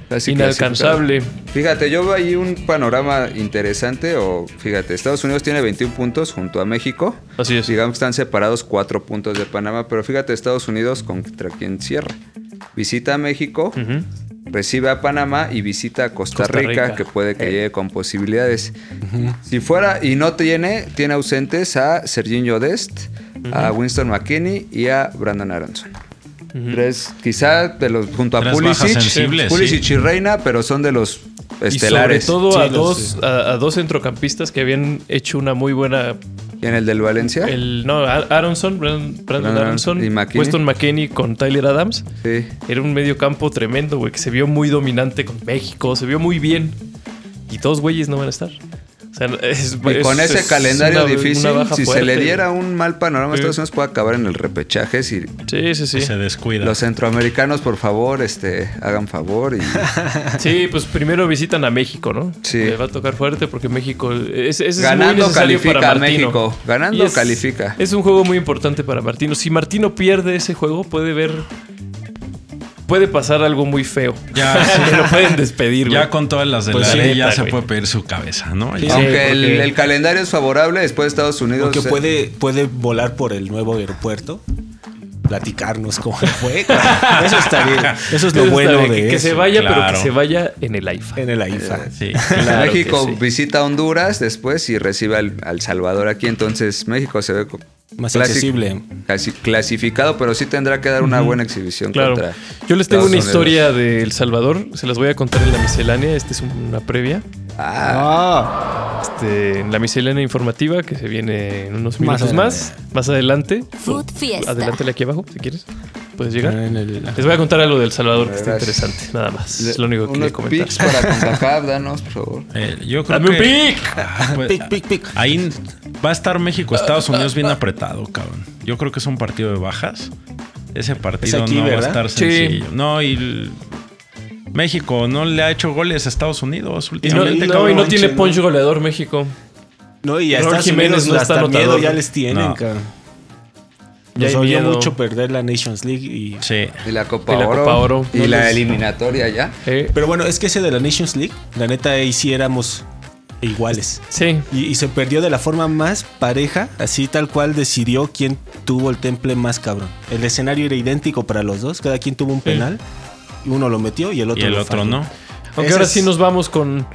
E: casi
A: inalcanzable.
E: clasificado. Fíjate, yo veo ahí un panorama interesante. O fíjate, Estados Unidos tiene 21 puntos junto a México.
A: Así es.
E: Digamos que están separados 4 puntos de Panamá. Pero fíjate, Estados Unidos contra quien cierra. Visita a México,
A: Ujú.
E: recibe a Panamá y visita a Costa,
A: Costa
E: Rica,
A: Rica. Eh.
E: que puede que llegue con posibilidades. Si fuera y no tiene, tiene ausentes a Serginho Dest, a Winston McKinney y a Brandon Aronson. Tres, quizá de los junto a
F: Tres
E: Pulisic,
F: bajas sensibles,
E: Pulisic
F: sí.
E: y Reina, pero son de los
A: Y
E: estelares.
A: sobre todo
B: Sí,
A: a,
B: los-
A: dos, a, a dos centrocampistas que habían hecho una muy buena.
E: Y en el del Valencia,
B: Ah.
A: El, no, Ar- Aronson, Brand- Brandon
E: Brandon
A: Aronson,
E: y McKinney.
A: Weston McKinney con Tyler Adams.
E: sí.
A: Era un medio campo tremendo, güey, que se vio muy dominante con México, se vio muy bien. Y dos güeyes no van a estar. O sea, es-
E: Y con
A: Pues, es-
E: ese
A: es
E: calendario
A: una-
E: difícil,
A: una baja
E: si se
A: fuerte,
E: le diera
A: güey.
E: un mal panorama a
A: Sí.
E: Estados Unidos, puede acabar en el repechaje. Si
A: Sí, sí, sí.
F: Se descuida.
E: los centroamericanos, por favor, este, hagan favor y
A: Sí, pues primero visitan a México, ¿no?
E: Sí.
A: Le va a tocar fuerte porque México es, es, es
E: Ganando
A: muy necesario
E: califica
A: para
E: a
A: Martino.
E: México. Ganando
A: Y es-
E: califica.
A: Es un juego muy importante para Martino. Si Martino pierde ese juego, puede ver. Puede pasar algo muy feo.
F: Ya, sí.
A: Lo pueden despedir, güey.
F: Ya con todas las de
A: Pues
F: la
A: sí,
F: ley ya
A: neta,
F: se
A: güey.
F: puede pedir su cabeza, ¿no?
A: Sí,
F: Ya.
E: Aunque el,
A: porque-
E: el calendario es favorable, después Estados Unidos.
B: Porque
E: eh,
B: puede, puede volar por el nuevo aeropuerto, platicarnos cómo fue. Eso está bien. Eso es lo
A: Entonces,
B: bueno
A: está bien,
B: de
A: que, que
B: eso.
A: se vaya, pero
F: claro.
A: que se vaya en el AIFA.
B: en el AIFA.
F: Eh, Sí.
A: Claro que
E: México
A: sí.
E: visita a Honduras después y recibe al, al Salvador aquí. Entonces México se ve co-
B: Más
E: clasi-
B: accesible.
E: casi- clasificado, pero sí tendrá que dar una buena exhibición
A: Claro.
E: contra.
A: Yo les tengo una
E: Estados Unidos.
A: historia de El Salvador. Se las voy a contar en la miscelánea. Esta es una previa.
E: Ah,
A: Este, en la miscelánea informativa que se viene en unos
B: Más
A: minutos más. Más adelante.
D: Food Fiesta.
A: Adelántale aquí abajo si quieres. Puedes llegar.
B: Ah, En el-
A: Les voy a contar algo del Salvador que está
E: Gracias.
A: interesante, nada más.
E: le-
A: Es lo único que quería
E: unos
A: comentar.
E: picks para CONCACAF, danos, por favor.
F: Eh, yo creo
A: ¡Dame un
F: que-
A: pick!
F: Ah, pues,
B: Pic, pic, pic.
F: Ahí va a estar México, Estados
A: Ah,
F: Unidos bien apretado, cabrón. Yo creo que es un partido de bajas. Ese partido
B: Es aquí,
F: no va a
B: ¿verdad?
F: estar
A: Sí.
F: sencillo. No, y el- México no le ha hecho goles a Estados Unidos
A: Y no,
F: últimamente.
A: no,
F: cabrón.
A: y no tiene
B: ¿no?
A: punch goleador México.
B: No, y a
A: Raúl
B: Estados
A: Jiménez
B: Unidos
A: no está
B: hasta miedo
A: anotador.
B: ya les tienen,
F: No.
B: cabrón.
A: Ya
B: Les
A: hay
B: dolió
A: miedo.
B: mucho perder la Nations League y
F: Sí.
E: Y la Copa
A: Y la
E: Oro.
A: Copa Oro. pues,
E: Y
A: No
E: la
A: les-
E: eliminatoria ya.
A: Eh,
B: Pero bueno, es que ese de la Nations League, la neta, ahí sí éramos iguales.
A: sí.
B: Y, y se perdió de la forma más pareja, así tal cual decidió quién tuvo el temple más cabrón. El escenario era idéntico para los dos, cada quien tuvo un penal, y uno lo metió y el otro
F: Y el
B: lo
F: otro
B: falló.
F: no.
A: Aunque
B: Esa
A: ahora
B: es-
A: sí nos vamos con.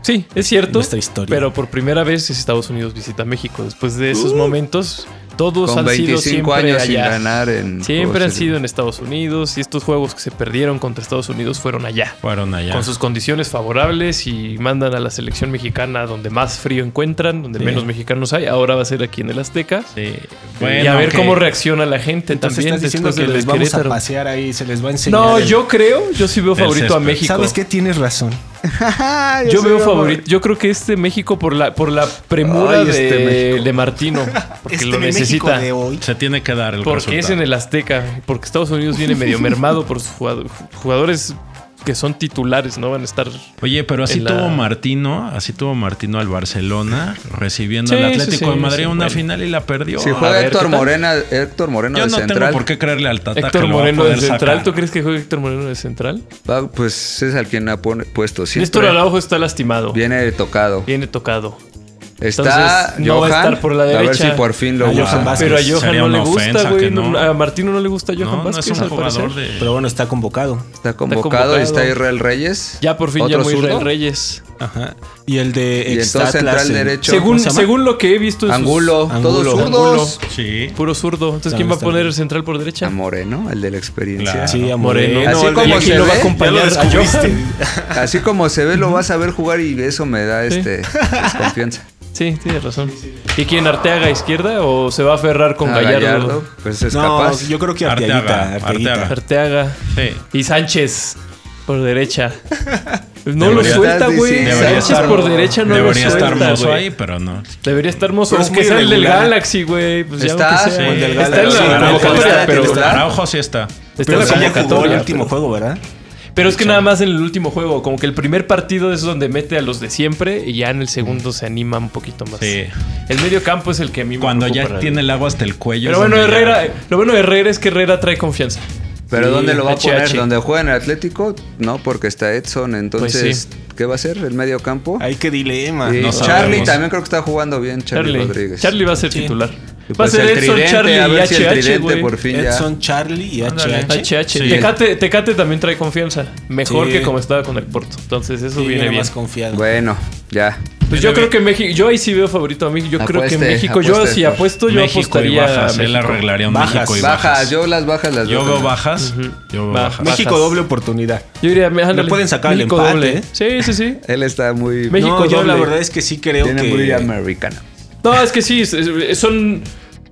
A: Sí, es cierto.
B: Nuestra historia.
A: Pero por primera vez Estados Unidos visita México. Después de esos momentos, todos
E: Uh. Con
A: han sido
E: 25
A: siempre
E: años sin
A: allá.
E: ganar en.
A: Siempre
E: Juegos
A: han sido en Estados Unidos y estos juegos que se perdieron contra Estados Unidos fueron allá.
F: Fueron allá.
A: Con sus condiciones favorables y mandan a la selección mexicana donde más frío encuentran, donde
F: Sí.
A: menos mexicanos hay. Ahora va a ser aquí en el Azteca.
F: Sí.
A: y a
F: Bueno,
A: ver
F: ok.
A: cómo reacciona la gente
B: Entonces
A: también.
B: estás diciendo
A: después
B: que
A: del
B: les vamos
A: Querétaro.
B: a pasear ahí, se les va a enseñar.
A: No,
B: el-
A: yo creo, yo sí veo
F: El
A: favorito a
F: césped.
A: México.
B: ¿Sabes qué? Tienes razón.
A: Yo veo favorito. Yo creo que este México por la, por la premura
E: Ay, este
A: de,
E: México.
A: de Martino. Porque
B: Este
A: lo
B: mi México
A: necesita.
B: de hoy.
F: Se tiene que dar el
A: Porque
F: resultado.
A: es en el Azteca. Porque Estados Unidos viene medio mermado por sus jugado- jugadores que son titulares, ¿no? Van a estar.
F: Oye, pero así
A: en la-
F: tuvo Martino, así tuvo Martino al Barcelona, recibiendo
A: Sí,
F: al
A: sí, sí,
F: Atlético de Madrid
A: sí,
F: una
A: bueno.
F: final y la perdió. Ah,
E: Si
A: A
E: juega
A: ver,
E: Héctor
A: ¿qué tal?
E: Morena, Héctor Moreno
F: Yo
E: de
F: no
E: central,
F: tengo por qué creerle al Tata que
A: Héctor
F: lo va a
A: Moreno de
F: poder
A: central.
F: sacar.
A: ¿Tú crees que juega Héctor Moreno de central?
E: va, pues es al quien ha pone- puesto
A: Néstor
E: siempre.
A: Araujo está lastimado.
E: Viene tocado.
A: Viene tocado.
E: Está
A: Entonces, no va a
E: Johan,
A: estar por la
E: A ver
A: derecha.
E: si por fin lo
B: Ah, Johan
E: usan.
B: Vázquez.
A: Pero a Johan
F: Sería
A: no
F: una
A: le gusta,
F: ofensa
A: güey.
F: que no.
A: A Martino no le gusta Johan
F: No, no
A: Vázquez,
F: es un
A: al parecer.
F: jugador de...
B: Pero bueno, está convocado.
E: Está convocado y está
A: convocado.
E: Israel Reyes.
A: Ya por fin
E: ¿Otro
A: llamó Israel
E: zurdo?
A: Reyes.
B: Ajá. Y el de
E: Y entonces
B: Extatlas
E: central
B: en-
E: derecho.
A: Según,
B: ¿Cómo se llama?
A: según lo que he visto en sus-
E: Angulo,
B: Angulo,
E: todos zurdos.
F: Sí.
A: Puro zurdo. Entonces, ¿quién
B: También
A: va a
B: está
A: poner
B: bien.
A: el central por derecha?
E: A Moreno, el de la experiencia.
F: Claro.
B: Sí, a
A: Moreno.
B: Moreno.
E: Así
A: el-
E: como
A: ¿y
E: se
A: quién lo va a
E: ve,
A: acompañar
B: ya lo
A: a
B: descubriste.
A: Johan?
E: Así como se ve, lo vas a ver jugar y eso me da
A: Sí.
E: este desconfianza.
A: Sí, tienes razón. ¿Y quién? ¿Arteaga izquierda o se va a aferrar con
E: A
A: Gallardo?
E: Ah, pues es
B: No,
E: capaz.
B: yo creo que
F: Arteaga,
B: Arteaguita. Arteaguita.
F: Arteaga.
A: Arteaga.
F: Sí.
A: Y Sánchez por derecha. No lo
F: Debería-
A: suelta,
E: Estás
A: güey.
E: diciendo-
A: Sánchez
F: estar-
A: por derecha no lo
F: debería
A: suelta,
F: estar hermoso
A: güey.
F: ahí, pero no.
A: Debería estar hermoso.
B: Pero
A: Es
B: es
A: que
B: muy
A: sea el del
B: irregular.
A: Galaxy, güey. Pues ya
E: Está,
A: aunque sea.
E: sí,
B: del
A: está en
B: Galaxy.
A: la
F: Araujo
E: convocatoria,
A: convocatoria,
F: está,
A: pero
E: titular.
F: Araujo sí está.
A: está en
B: Pero
A: la
B: que ya jugó el
A: convocatoria.
B: último juego, ¿verdad?
A: Pero es que nada más en el último juego, como que el primer partido es donde mete a los de siempre y ya en el segundo se anima un poquito más.
F: Sí.
A: El medio campo es el que a mí me
F: Cuando ya
A: preocupa,
F: tiene
A: realmente.
F: el agua hasta el cuello.
A: Pero
F: es
A: bueno,
F: donde ya-
A: Herrera, lo bueno de Herrera es que Herrera trae confianza.
E: Pero
A: Sí,
E: ¿dónde lo va a poner?
A: HH.
E: ¿Dónde juega en el Atlético? No, porque está Edson. Entonces,
A: Pues sí.
E: ¿qué va a hacer? ¿El medio campo?
B: Ay, qué dilema.
E: Y
F: no
E: Charlie
F: sabemos.
E: también creo que está jugando bien, Charlie,
A: Charlie,
E: Rodríguez.
A: Charlie va a ser titular. va
E: Y
A: a
E: pues
A: ser
E: el
A: Edson,
E: tridente,
A: Charlie
E: a
A: y
E: ver si el
A: HH,
E: tridente
A: güey.
E: por fin ya.
B: Edson, Charlie y
F: Ándale.
B: HH.
A: HH.
F: Sí.
A: Tecate, Tecate también trae confianza. Mejor
B: Sí.
A: que como estaba con el Porto. Entonces eso
B: Sí,
A: viene bien.
B: más confiado.
E: Bueno, ya.
A: Pues yo creo que México, yo ahí sí veo favorito a mí. Yo creo que
E: Apueste,
A: México, yo
E: apueste,
A: si
E: por-
A: apuesto, yo
F: México y
A: apostaría
F: bajas.
A: a
B: eh,
F: Él
A: México.
F: arreglaría un
B: Bajas.
F: México y
E: Bajas,
F: bajas.
E: yo las bajas las
F: Yo
E: veo
F: veo
E: también.
F: bajas.
A: Ujú.
F: Yo veo
A: Va.
F: bajas.
A: Va.
B: México
A: Bajas.
B: doble oportunidad.
A: Yo diría, ándale,
B: pueden sacar el
A: México
B: empate,
A: doble.
B: ¿eh?
A: Sí, sí, sí.
E: Él está muy...
A: México
B: no, yo la
A: doble.
B: verdad es que sí creo
E: tiene muy
B: que...
E: americano.
A: No, es que sí, es- es- son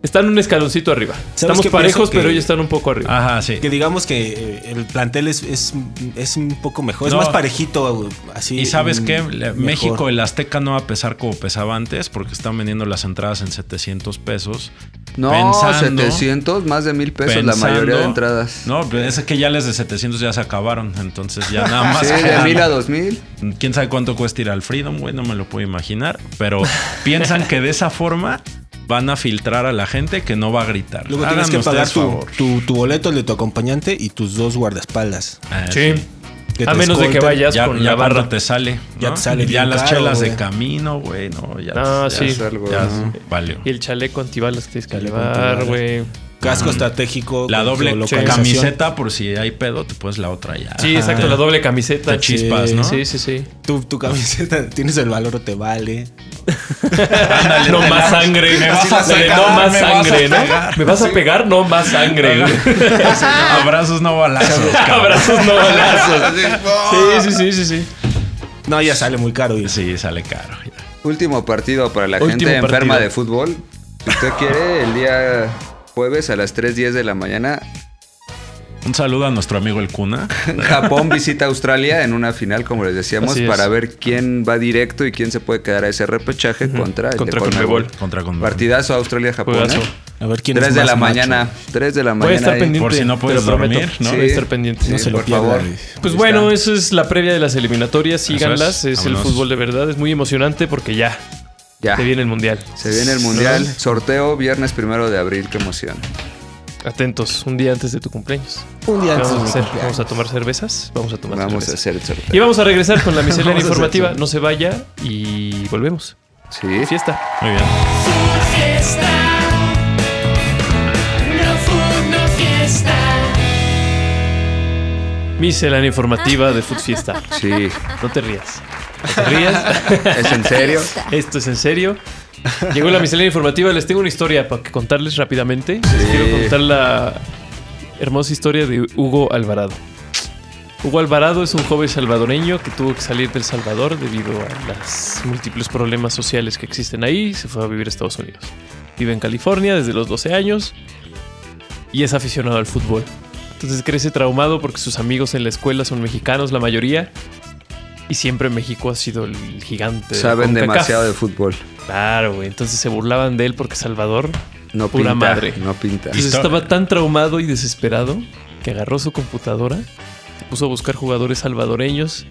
A: están un escaloncito arriba. Estamos
B: qué
A: parejos,
B: pienso? Que- Ah,
A: pero ellos están un poco arriba.
F: Ajá, sí.
B: Que digamos que eh, el plantel es, es, es un poco mejor,
F: No.
B: es más parejito, así.
F: Y sabes qué,
B: mm,
F: Le-
B: mejor.
F: México, el Azteca no va a pesar como pesaba antes, porque están vendiendo las entradas en 700 pesos.
E: No,
F: Pensando-
E: 700, más de mil pesos la
F: Pensando-
E: mayoría de entradas.
F: No, pero es que ya las de 700 ya se acabaron, entonces ya nada más.
E: sí, de
F: quedan-
E: mil a dos mil.
F: Quién sabe cuánto cuesta ir al Freedom, güey, no me lo puedo imaginar. Pero piensan que de esa forma van a filtrar a la gente que no va a gritar.
B: Luego
F: Háganme
B: tienes que pagar
F: ustedes
B: tu,
F: favor.
B: tu, tu boleto, el de tu acompañante y tus dos guardaespaldas.
F: Ah,
A: sí.
B: que
A: A
B: te
A: menos de que
B: escolten.
A: vayas
F: Ya,
A: con
F: ya
A: la
F: cuánto
A: barra.
F: te sale.
B: Ya
F: ¿no?
B: te sale
F: Ya
B: bien
F: las
B: caro,
F: chelas de
B: güey.
F: camino, güey, no, ya.
A: No,
F: ya-
A: sí.
E: es algo,
F: ya
E: ¿no?
F: valió.
A: Y el chaleco antibalas que tienes que
B: Chaleco
A: llevar,
B: antibalas.
A: güey.
B: Casco estratégico.
F: mm, La
B: con
F: doble
B: geolocalización.
F: camiseta, por si hay pedo, te pones la otra ya.
A: Sí,
B: Ah.
A: exacto, la doble camiseta.
F: Te chispas, ¿no?
A: Sí, sí, sí.
B: Tu, tu camiseta, tienes el valor o te vale.
F: Ándale,
A: no
F: te
A: más
F: la-
A: sangre.
F: Me vas
A: La
F: a
A: de
F: sacar,
A: no más
F: me vas a
A: sangre,
F: pegar.
A: ¿no? ¿Me vas a pegar? No más sangre.
F: Abrazos no balazos. cabrón.
A: Abrazos, no balazos. Sí, sí, sí, sí, sí.
B: No, ya sale muy caro. irse.
F: Sí, sale caro. ya.
E: Último partido para la
A: Último
E: gente enferma
A: partido.
E: de fútbol. Si usted quiere, el día jueves a las 3.10 de la mañana,
F: Un saludo a nuestro amigo el Cuna.
E: Japón visita a Australia en una final, como les decíamos,
A: Así es.
E: para ver quién va directo y quién se puede quedar a ese repechaje contra el de
A: Contra
E: Conmebol.
A: Conmebol.
F: Contra con
E: Partidazo Australia-Japón.
A: Juegazo.
B: A ver quién
E: 3
B: es
E: de
B: más
E: la
B: macho.
E: mañana. 3 de la mañana.
A: Voy a estar
E: ahí.
A: pendiente.
F: Por si no
A: te
F: puedes
A: lo prometo.
F: dormir, ¿no?
A: Voy a estar pendiente.
E: Sí,
B: No se lo
E: por
B: pierdan.
E: favor.
A: Pues
E: Ahí
A: bueno,
E: está.
A: eso es la previa de las eliminatorias.
F: es.
A: Síganlas. Es, el
F: Vámonos.
A: fútbol de verdad. Es muy emocionante porque ya,
E: Ya.
A: se viene el mundial.
E: Se viene el mundial. Sorteo viernes primero de abril. Qué emoción.
A: Atentos, un día antes de tu cumpleaños.
B: Un
A: ¿Qué
B: día
F: Ah,
A: vamos a
B: antes de mi
A: hacer?
B: cumpleaños.
A: Vamos a tomar cervezas. Vamos a tomar
E: Vamos a
A: cervezas.
E: hacer el sorteo.
A: Y vamos a regresar con la miscelánea
B: Vamos a hacer
A: informativa.
B: eso.
A: No se vaya y volvemos.
E: Sí.
A: Fiesta.
F: Muy bien.
C: Food Fiesta. No Food No Fiesta.
A: Miscelánea informativa de Food Fiesta.
E: Sí.
A: No te rías. No te rías.
E: ¿Es en serio?
A: Esto es en serio. Llegó la miscelánea informativa. Les tengo una historia para que contarles rápidamente. Les quiero contar la hermosa historia de Hugo Alvarado. Hugo Alvarado es un joven salvadoreño que tuvo que salir del Salvador debido a los múltiples problemas sociales que existen ahí. Se fue a vivir a Estados Unidos. Vive en California desde los 12 años y es aficionado al fútbol. Entonces crece traumado porque sus amigos en la escuela son mexicanos, la mayoría. Y siempre México ha sido el gigante. de
E: Saben
A: CONCACAF.
E: demasiado de fútbol.
A: Claro, güey. Entonces se burlaban de él porque Salvador
E: No
A: Pura
E: pinta.
A: madre.
E: No pinta.
A: Entonces
F: Historia.
A: estaba tan traumado y desesperado que agarró su computadora, se puso a buscar jugadores salvadoreños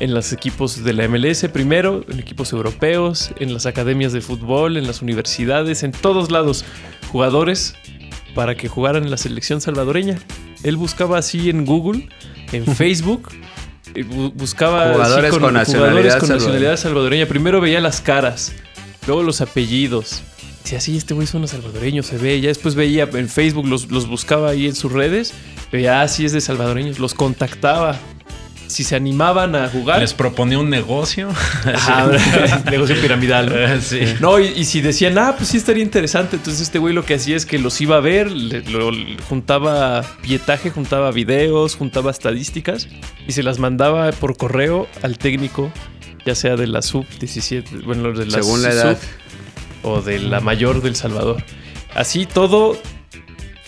A: en los equipos de la MLS primero, en equipos europeos, en las academias de fútbol, en las universidades, en todos lados, jugadores para que jugaran en la selección salvadoreña. Él buscaba así en Google, en Facebook, eh, bu- buscaba así
E: Jugadores con nacionalidad
A: con nacionalidad
E: salvadoreña.
A: salvadoreña. Primero veía las caras, luego los apellidos. Decía, sí, este güey suena salvadoreño, se ve. Ya después veía en Facebook, los, los buscaba ahí en sus redes. Veía, ah, sí, es de salvadoreños. Los contactaba. Si se animaban a jugar.
F: Les proponía un negocio.
A: Ajá, negocio piramidal. ¿no?
F: Eh, sí.
A: No, y, y si decían, ah, pues sí estaría interesante. Entonces este güey lo que hacía es que los iba a ver, le- lo- le- juntaba pietaje, juntaba videos, juntaba estadísticas y se las mandaba por correo al técnico, ya sea de la sub-17, bueno, de la
E: Según la
A: sub
E: edad.
A: o de la mayor del Salvador. Así todo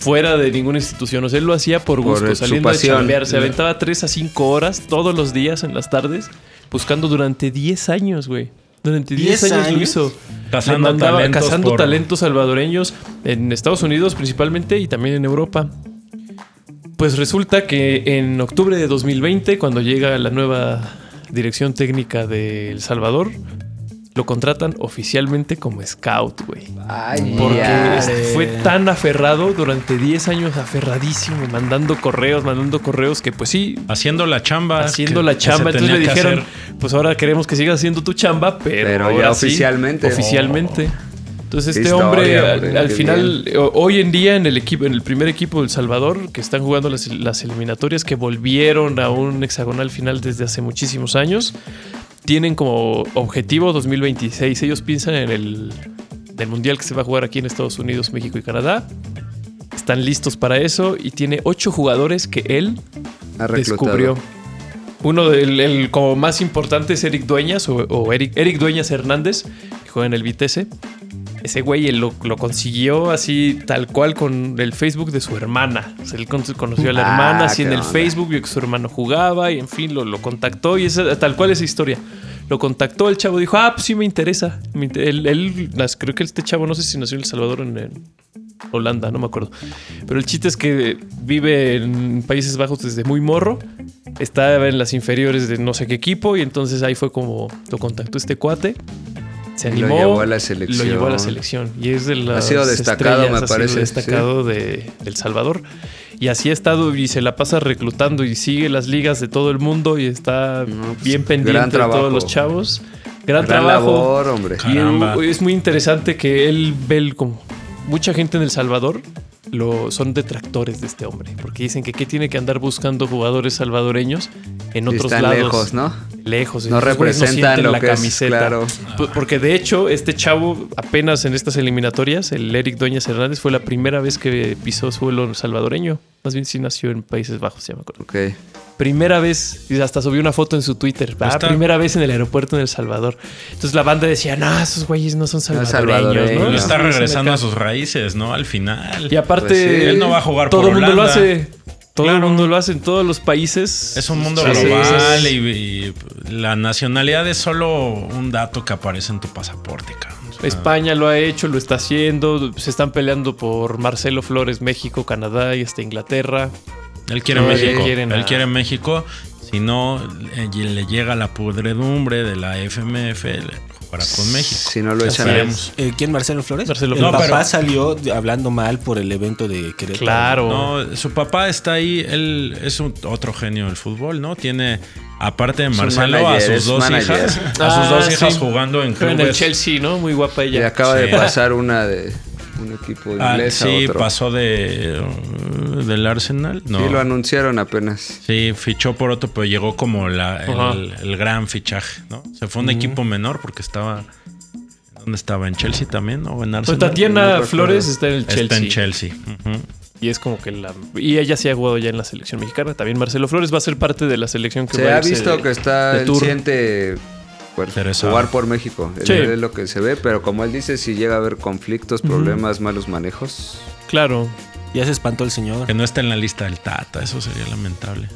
A: fuera de ninguna institución. O sea, él lo hacía por
E: Por
A: gusto,
E: su
A: saliendo a
E: pasión.
A: chambear. Se aventaba 3 a 5 horas todos los días en las tardes, buscando durante 10 años, güey. Durante 10
B: ¿10
A: años, lo
B: años?
A: hizo.
F: Cazando
A: Le mandaba-
F: talentos
A: cazando
F: por-
A: talentos salvadoreños en Estados Unidos principalmente y también en Europa. Pues resulta que en octubre de 2020, cuando llega la nueva dirección técnica de El Salvador, lo contratan oficialmente como scout, güey.
E: Ay,
A: Porque
E: ya.
A: es- fue tan aferrado durante 10 años, aferradísimo, mandando correos, mandando correos que pues sí,
F: Haciendo la chamba.
A: haciendo
F: que-
A: la
F: que
A: chamba.
F: se
A: Entonces le
F: tenía que
A: dijeron,
F: hacer.
A: pues ahora queremos que sigas haciendo tu chamba, pero,
E: Pero
A: ahora
E: ya
A: sí,
E: oficialmente.
A: oficialmente. Entonces
E: Qué
A: este
E: historia,
A: hombre, al,
E: hombre,
A: al
E: qué
A: final, o- hoy en día en el equipo, en el primer equipo del Salvador, que están jugando las, las eliminatorias, que volvieron a un hexagonal final desde hace muchísimos años, tienen como objetivo 2026. Ellos piensan en el, en el mundial que se va a jugar aquí en Estados Unidos, México y Canadá. Están listos para eso y tiene ocho jugadores que él
E: Ha reclutado.
A: descubrió. Uno del el como más importante es Eric Dueñas o, o Eric, Eric Dueñas Hernández, que juega en el Vitesse. Ese güey él lo, lo consiguió así tal cual con el Facebook de su hermana. O sea, él con- conoció a la
E: Ah,
A: hermana así en
E: qué
A: el
E: onda.
A: Facebook, vio que su hermano jugaba y en fin, lo, lo contactó y esa, tal cual esa historia. Lo contactó, el chavo dijo, ah, pues sí me interesa. Me inter- él, él nas- creo que este chavo, no sé si nació en El Salvador o en, en Holanda, no me acuerdo. Pero el chiste es que vive en Países Bajos desde muy morro. Estaba en las inferiores de no sé qué equipo y entonces ahí fue como lo contactó este cuate. Se
E: Y lo
A: animó.
E: llevó a la
A: Lo
E: selección.
A: llevó a la selección. Y es de las
E: sido destacado,
A: estrellas,
E: me
A: ha sido
E: parece,
A: destacado de, de El Salvador. Y así ha estado y se la pasa reclutando y sigue las ligas de todo el mundo y está
E: No, pues,
A: bien
E: gran
A: pendiente de
E: trabajo.
A: todos los chavos. Gran,
E: Gran
A: trabajo.
E: labor, hombre.
A: Y
F: Caramba.
A: él- es muy interesante que él ve el- como mucha gente en El Salvador lo, son detractores de este hombre, porque dicen que qué tiene que andar buscando jugadores salvadoreños en
E: Y
A: otros
E: están
A: lados.
E: lejos, ¿no?
A: Lejos,
E: No
A: esos güeyes
E: representan
A: sienten
E: lo
A: la
E: que es,
A: camiseta.
E: claro.
A: P- Porque de hecho, este chavo apenas en estas eliminatorias, el Eric Doñas Hernández fue la primera vez que pisó suelo salvadoreño. Más bien sí nació en Países Bajos, ya me acuerdo.
E: Ok.
A: Primera vez, y hasta subió una foto en su Twitter. Ah,
F: está.
A: primera vez en el aeropuerto en El Salvador. Entonces la banda decía, no, esos güeyes no son
E: No es
A: salvadoreños.
E: salvadoreño.
A: ¿no?
F: Él está
A: "Eh, Sí,
F: regresando
A: se
F: a
A: me
F: sus raíces, ¿no? Al final.
A: cae". Y aparte,
E: Pues sí. Él
F: no va a jugar
A: Todo
F: por
A: el mundo lo
F: Holanda.
A: hace. Todo el
F: Claro.
A: mundo lo hace en todos los países.
F: Es un mundo
A: Sí, sí,
F: global
A: sí.
F: y, y la nacionalidad es solo un dato que aparece en tu pasaporte, cabrón. O sea,
A: España lo ha hecho, lo está haciendo. Se están peleando por Marcelo Flores, México, Canadá y hasta Inglaterra.
F: Él quiere
A: No,
F: México.
A: ya quieren
F: Él
A: a-
F: quiere México. Si no, eh, le llega la pudredumbre de la FMF, le jugará con México.
E: Si no lo echan a-
F: Esperemos.
B: Eh, ¿Quién? ¿Marcelo Flores?
A: Marcelo
B: el
A: Flores.
F: No,
B: papá
F: pero-
B: salió de- hablando mal por el evento de Querétaro.
A: Claro.
F: No, su papá está ahí, él es un- otro genio del fútbol, ¿no? Tiene, aparte de
E: un
F: Marcelo,
E: manager,
F: a
E: es
F: sus dos
E: manager.
F: hijas, a sus
A: Ah,
F: dos
A: sí.
F: hijas jugando en
A: Pero
F: clubes.
A: en el Chelsea, ¿no? Muy guapa
E: Y
A: ella.
E: acaba
F: Sí.
E: de pasar una de un equipo
F: Ah,
E: inglés a
F: sí,
E: otro.
F: pasó de uh, del Arsenal, no.
E: Sí, lo anunciaron apenas.
F: Sí, fichó por otro, pero llegó como la-
A: Ajá.
F: el, el gran fichaje, ¿no? Se fue a un equipo menor porque estaba ¿dónde estaba? ¿En Chelsea también o en
A: Pues
F: Arsenal?
A: Tatiana
E: recuerdo.
A: Flores está en el Chelsea.
F: Está en Chelsea. ujú.
A: Y es como que la. Y ella sí ha jugado ya en la selección mexicana. También Marcelo Flores va a ser parte de la selección que
E: Se
A: va a
E: ha
A: irse
E: visto
A: de-
E: que está
A: de
E: el
A: tour.
E: siente pues,
F: Interesado.
E: jugar por México.
A: Sí.
E: Es lo que se ve, pero como él dice, si llega a haber conflictos, problemas, malos manejos.
A: Claro.
B: Ya se espantó el señor.
F: Que no está en la lista del Tata, eso sería lamentable.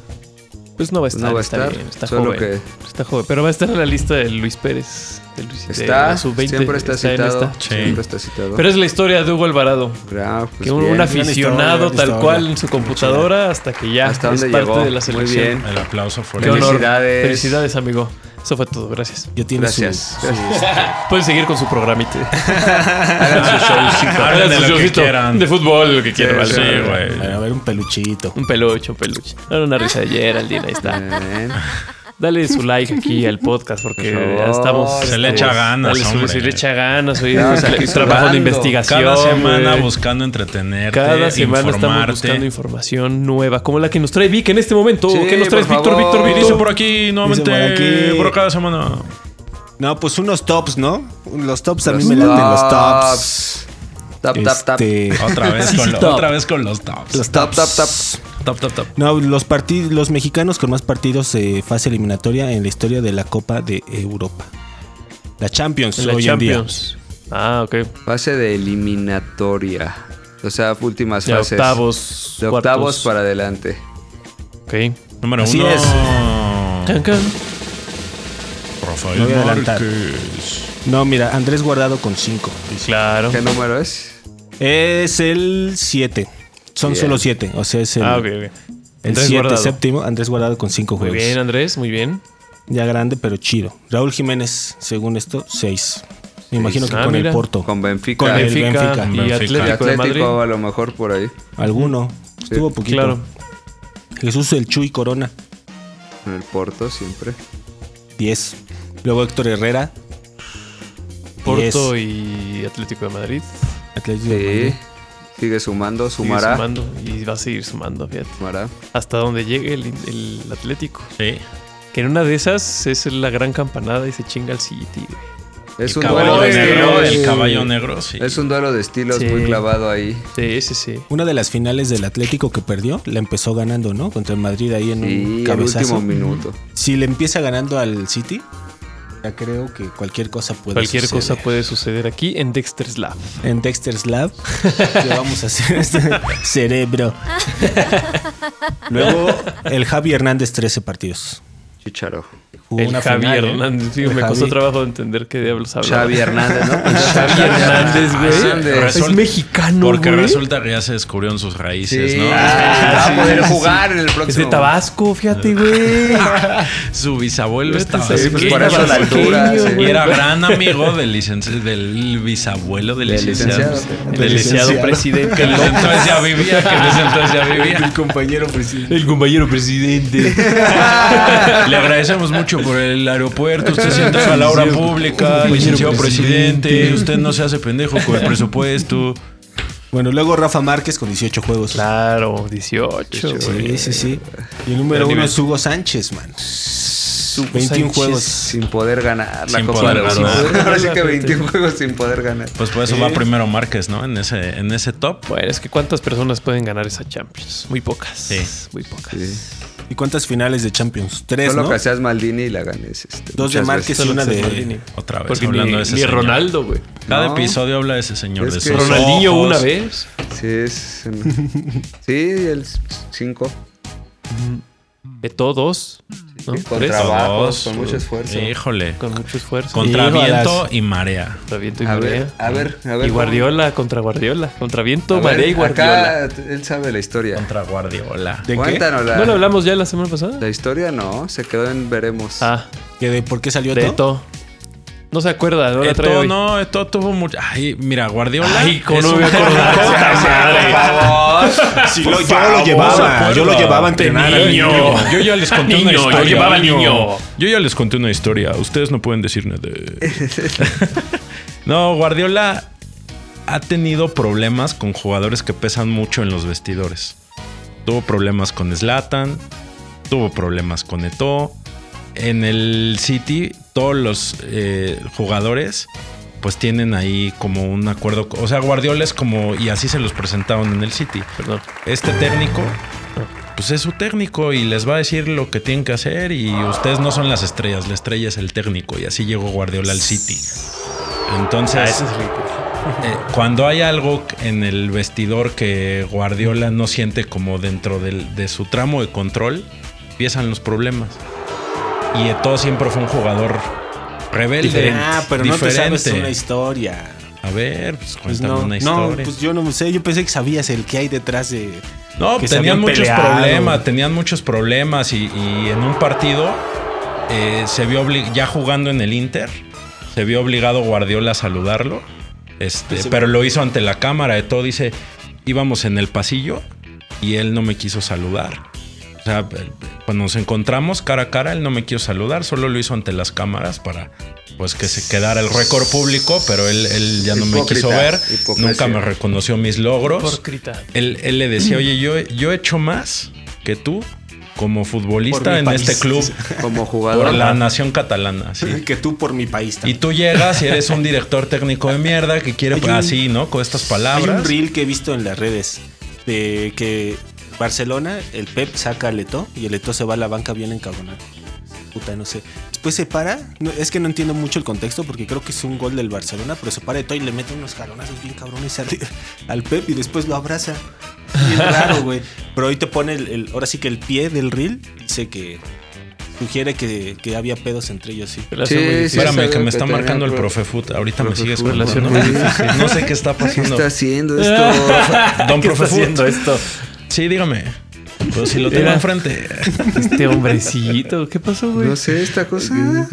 A: Pues no va a
E: Pues
A: estar.
E: no va a
A: está
E: estar,
A: bien, está
E: solo
A: joven.
E: que-
A: Está joven. Pero va a estar en la lista de Luis Pérez. De Luis, de
E: Está,
A: la sub-20,
E: siempre está,
A: en
E: citado.
A: esta.
F: Sí.
E: Siempre está citado.
A: Pero es la historia de Hugo Alvarado.
E: Ah, pues
A: que un,
E: bien.
A: un
B: historia,
A: aficionado
B: gran
A: tal
B: historia.
A: cual en su computadora hasta que ya
E: Hasta
A: es
E: dónde
A: parte
E: llegó.
A: de la
E: Muy
A: selección.
E: bien.
F: El aplauso
A: Qué
F: forever.
A: honor.
E: Felicidades.
A: Felicidades, amigo. Eso fue todo. Gracias.
B: Ya tiene su-
E: Gracias.
B: su-
A: Pueden seguir con su programita.
E: Hagan su showcito.
F: Hagan
A: Hagan su
F: de lo que
A: showcito
F: quieran.
A: De fútbol, lo que quieran. vale.
F: Sí, güey.
B: A ver, un peluchito.
A: Un peluche, un peluche. Era una risa de Geraldine, ahí está.
E: Bien.
A: Dale su like aquí al podcast porque
E: Por favor.
A: ya estamos.
F: Se le echa ganas,
A: Dale su-
F: hombre.
A: se le echa ganas. Oye,
E: Estamos
A: pues,
E: aquí
A: el trabajo
E: sudando.
A: de investigación.
F: Cada semana
A: güey.
F: buscando entretenerte,
A: Cada semana estamos
F: informarte.
A: buscando información nueva, como la que nos trae Vic en este momento.
E: Sí,
A: ¿Qué nos traes,
E: por
A: Víctor?
E: favor.
A: Víctor,
F: Y dice
A: Víctor.
F: por aquí nuevamente,
B: Dice por aquí.
F: por cada semana.
B: No, pues unos tops, ¿no? Los tops Pues a
E: Los
B: mí me laten los tops.
E: tops. Tap, tap, tap.
B: Este,
F: Otra vez,
A: Sí,
F: con
A: sí,
F: lo-
A: top.
F: otra vez con los tops.
B: los
E: Tap,
B: tops.
E: tap, tap.
F: Top, top, top.
B: No, los, partid- los mexicanos con más partidos de fase eliminatoria en la historia de la Copa de Europa. La Champions
A: En la
B: hoy
A: Champions. Ah, ok.
E: Fase de eliminatoria. O sea, últimas
A: De
E: fases.
A: octavos.
E: De octavos
A: cuartos.
E: para adelante.
A: Ok.
F: Número
B: Así
F: uno.
B: es.
A: Can, can.
F: Rafael
B: Me voy a adelantar.
F: Márquez.
B: en día. No, mira, Andrés Guardado con 5.
A: Claro.
E: ¿Qué número es?
B: Es el 7. Son
E: Bien.
B: solo 7. O sea, es el,
A: Ah, ok, ok.
B: el
A: Andrés
B: 7
A: Guardado.
B: séptimo. Andrés Guardado con 5
A: Muy
B: juegos.
A: bien, Andrés, muy bien.
B: Ya grande, pero chido. Raúl Jiménez, según esto, 6. Me imagino que
A: Ah,
B: con
A: mira.
B: el Porto.
E: Con Benfica.
B: Con
A: Benfica,
B: el Benfica.
A: y
F: Benfica.
E: Y
A: Atlético, de Madrid.
E: Atlético a lo mejor por ahí.
B: Alguno. Estuvo poquito.
A: Claro.
B: Jesús el Chuy Corona,
E: En el Porto siempre.
B: 10. Luego Héctor Herrera.
A: Porto y Atlético de Madrid.
B: Atlético de
E: Sí.
B: Madrid.
E: Sigue sumando,
A: Sigue
E: sumará.
A: sumando y va a seguir sumando, fíjate.
E: Sumará.
A: Hasta donde llegue el, el Atlético.
F: Sí.
A: Que en una de esas es la gran campanada y se chinga el City, güey.
E: Es
F: el
E: un
F: caballo
E: duelo de
F: negro,
E: estilos.
F: el caballo negro, sí.
E: Es un duelo de estilos
A: Sí.
E: muy clavado ahí.
A: Sí, sí, sí.
B: Una de las finales del Atlético que perdió, la empezó ganando, ¿no? Contra el Madrid ahí en un
E: Y el
B: cabezazo.
E: último minuto.
B: Si le empieza ganando al City, ya creo que cualquier cosa puede
A: Cualquier
B: suceder.
A: cosa puede suceder aquí en Dexter's Lab.
B: En Dexter's Lab, ¿qué vamos a hacer? este Cerebro. Luego, el Javi Hernández, 13 partidos.
E: Chicharo.
B: Jugó
A: El
B: una
A: Javi
B: final, ¿eh?
A: Hernández. sí,
B: El
A: me costó
B: Javi.
A: trabajo de entender qué diablos hablaba.
E: Xavi Hernández, ¿no?
F: Pues
E: Xavi
A: Hernández, güey.
E: Hernández.
F: Resulta-
A: mexicano,
F: Porque
A: güey.
F: resulta que ya se descubrieron sus raíces,
E: Sí.
F: ¿no?
E: Ah, va a poder jugar en el próximo.
A: Es de Tabasco, fíjate, güey.
F: Su bisabuelo estaba
A: Sí, pues, por
E: eso la altura, sí.
F: Y era gran amigo del, licenci- del bisabuelo del
E: Del
F: licenciado.
E: licenciado.
A: El deseado presidente.
F: Que en ese entonces ya vivía, que en ese entonces ya vivía.
B: compañero presidente.
A: El compañero presidente.
F: Le agradecemos mucho por el aeropuerto. Usted se entrega a la obra pública, licenciado presidente. Usted no se hace pendejo con el presupuesto.
B: Bueno, luego Rafa Márquez con 18 juegos.
A: Claro, 18.
B: Sí, sí, sí. Y el número uno es Hugo Sánchez, man. 21 juegos.
E: Pues, Sin poder ganar la
F: Sin
E: Copa
F: poder
E: de la
F: ganar.
E: Ahora sí que 21 juegos sin poder ganar.
F: Pues por eso va primero Márquez, ¿no? En ese, en ese top.
A: Bueno, es que ¿cuántas personas pueden ganar esa Champions? Muy pocas.
F: Sí.
A: Muy pocas.
E: Sí.
B: ¿Y cuántas finales de Champions? Tres,
E: Solo
B: ¿no?
E: que seas Maldini y la ganes. este,
B: Dos de
E: muchas
B: Márquez
E: veces.
B: y una
A: Solo que
B: de.
A: sea Maldini.
F: Otra vez
A: Porque
F: hablando
A: ni,
F: de ese
A: ni
F: señor.
A: Ronaldo, güey.
F: Cada
E: No.
F: episodio habla de ese señor.
E: Es
F: de
E: que
F: sus
A: Ronaldinho
F: ojos.
A: una vez.
E: Sí, es. Sí, el 5.
A: De todos. ¿no?
E: con
A: Tres.
E: trabajo,
F: Dos.
E: con mucho esfuerzo.
F: Híjole.
A: Con mucho esfuerzo.
F: Contra
B: Híjolas.
F: viento y marea.
A: Contra viento y
E: A
A: marea.
E: ver, a ver, a ver.
A: Y Guardiola contra Guardiola. Contra viento,
E: A ver,
A: marea y Guardiola.
E: Acá él sabe la historia.
F: Contra Guardiola.
B: ¿De qué?
E: Cuéntanos la,
A: ¿No lo hablamos ya la semana pasada?
E: la historia, no. Se quedó en veremos.
A: Ah,
B: ¿Que de ¿Por qué salió
A: de
B: todo?
A: Eto. No se acuerda, no la trae
F: Esto
A: hoy.
F: no, esto tuvo mucho. Ay, mira, Guardiola.
A: Ay, cómo
F: es
A: no me
F: un-
A: acordaba.
F: Puta madre.
B: Sí, lo- yo lo llevaba. Yo lo llevaba a entrenar al
F: Niño.
B: niño.
F: Yo ya les conté
A: Niño,
F: una
A: yo
F: historia.
A: llevaba al niño.
F: Yo ya les conté una historia. Ustedes no pueden decir nada. no, Guardiola ha tenido problemas con jugadores que pesan mucho en los vestidores. Tuvo problemas con Zlatan, tuvo problemas con Eto'o. En el City, todos los eh, jugadores pues tienen ahí como un acuerdo. O sea, Guardiola es como... Y así se los presentaron en el City
A: Perdón.
F: este técnico, pues es su técnico y les va a decir lo que tienen que hacer y ustedes no son las estrellas, la estrella es el técnico y así llegó Guardiola al City.
A: Ah,
F: Entonces,
A: ese es el-
F: eh, cuando hay algo en el vestidor que Guardiola no siente como dentro del- de su tramo de control, empiezan los problemas. Y Eto'o siempre fue un jugador rebelde.
A: Diferente.
B: Ah, pero no te sabes
F: diferente.
B: una historia.
F: A ver, pues
B: Pues
F: cuéntame
B: no,
F: una
B: no,
F: historia. No,
B: pues yo no sé, yo pensé que sabías el que hay detrás de... que se habían
F: tenían muchos
B: peleado.
F: problemas, tenían muchos problemas y, y en un partido eh, se vio obli- ya jugando en el Inter, se vio obligado Guardiola a saludarlo, este,
B: Pues sí.
F: pero lo hizo ante la cámara. Eto'o dice, íbamos en el pasillo y él no me quiso saludar. O sea, eh, cuando nos encontramos cara a cara, él no me quiso saludar, solo lo hizo ante las cámaras para pues que se quedara el récord público, pero él, él ya no me quiso
E: Hipócrita,
F: ver,
E: hipocresía.
F: nunca me reconoció mis logros. Él, él le decía, oye, yo, yo he hecho más que tú como
B: Por
F: futbolista
B: mi
F: en
B: país".
F: este club
E: Como
F: por
E: jugador.
F: la nación catalana. sí.
B: Que tú por mi país
F: Y
B: también.
F: tú llegas y eres un director técnico de mierda que quiere
B: Hay un-
F: así, ¿no? Con estas
B: Hay
F: palabras.
B: un reel que he visto en las redes de que Barcelona, el Pep saca a Leto y el Leto se va a la banca bien encabronado. Puta, no sé. Después se para. no- es que no entiendo mucho el contexto porque creo que es un gol del Barcelona, pero se para Leto y le mete unos jalonazos bien cabrones al, al Pep y después lo abraza. Bien raro, güey. Pero hoy te pone el, el- ahora sí que el pie del reel dice que sugiere que, que había pedos entre ellos, sí.
A: Relación
E: Sí,
A: muy
E: sí.
A: difícil.
F: Espérame,
E: es
F: que
E: algo
F: me
E: que
F: está
E: tenía
F: marcando el
E: pro-
F: profe Foot. Ahorita me
E: profe
F: sigues
E: Fut,
A: relación
F: contando.
A: muy
E: difícil.
F: No sé qué está
E: ¿Qué
F: pasando.
E: está haciendo esto?
F: Don
A: ¿Qué está
F: profe Foot.
A: haciendo esto?
F: Sí, dígame. Pues si lo tengo
A: Mira.
F: enfrente.
A: Este hombrecito. ¿Qué pasó, güey?
E: No sé, esta cosa.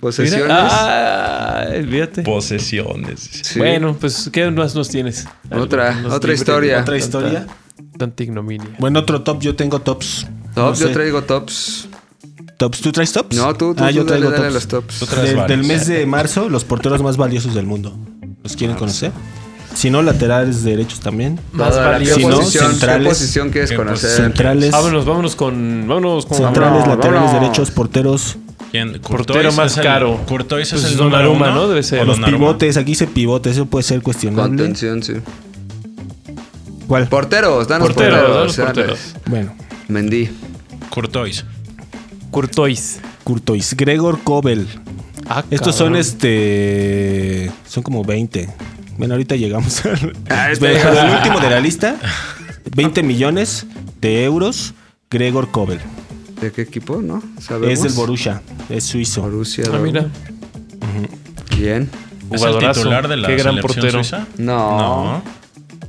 E: Posesiones.
A: Mira. Ah, olvídate.
F: Posesiones.
E: Sí.
A: Bueno, pues, ¿qué más nos tienes?
E: Otra,
A: Nos
E: otra
A: libre
E: historia.
B: Otra historia.
A: Tanta ignominia.
B: Bueno, otro top, yo tengo tops. No
E: Top, yo
B: sé.
E: traigo tops.
B: ¿Tops? ¿Tú traes tops?
E: No, tú, tú,
B: Ah,
E: tú
B: yo
E: dale,
B: traigo
E: dale a
B: tops.
E: los tops.
F: Tú traes
B: Del- del
F: varios.
B: mes de marzo, los porteros más valiosos del mundo. ¿Los quieren conocer? Si no, laterales derechos también.
A: Más
E: Toda la-
A: valioso.
E: ¿Qué,
B: Si no,
E: posición, ¿Qué
B: centrales.
E: posición quieres
F: ¿Qué
E: conocer?
B: Centrales,
A: Vámonos, vámonos con. Vámonos con.
B: centrales
A: Vámonos.
B: laterales
E: vámonos.
B: derechos, porteros,
F: ¿Quién?
A: Portero más
F: es el-
A: caro.
F: Courtois
A: Pues
F: es el
A: Donnarumma,
F: número uno.
A: ¿no? Debe ser.
F: O
A: Los
F: Donnarumma.
B: pivotes. Aquí dice pivote, eso puede ser cuestionable.
E: Contención, sí.
B: ¿Cuál?
E: Porteros, danos
A: Porteros,
E: porteros.
A: danos
E: dale.
A: porteros.
B: Bueno,
E: Mendy.
F: Courtois.
A: Courtois.
B: Curtois, Gregor Kobel.
A: Ah,
B: Estos son
A: cabrón.
B: este. Son como 20. Bueno, ahorita llegamos al.
E: Ah, este-
B: Pero el último de la lista: 20 millones de euros. Gregor Kobel.
E: ¿De qué equipo, no?
B: Es
E: Sabemos.
B: del Borussia, es suizo.
E: Borussia.
A: Ah, mira.
E: Bien.
F: ¿Es el
A: Jugadorazo.
F: titular de la
A: Qué gran
F: selección
A: portero.
F: suiza?
E: No.
F: No.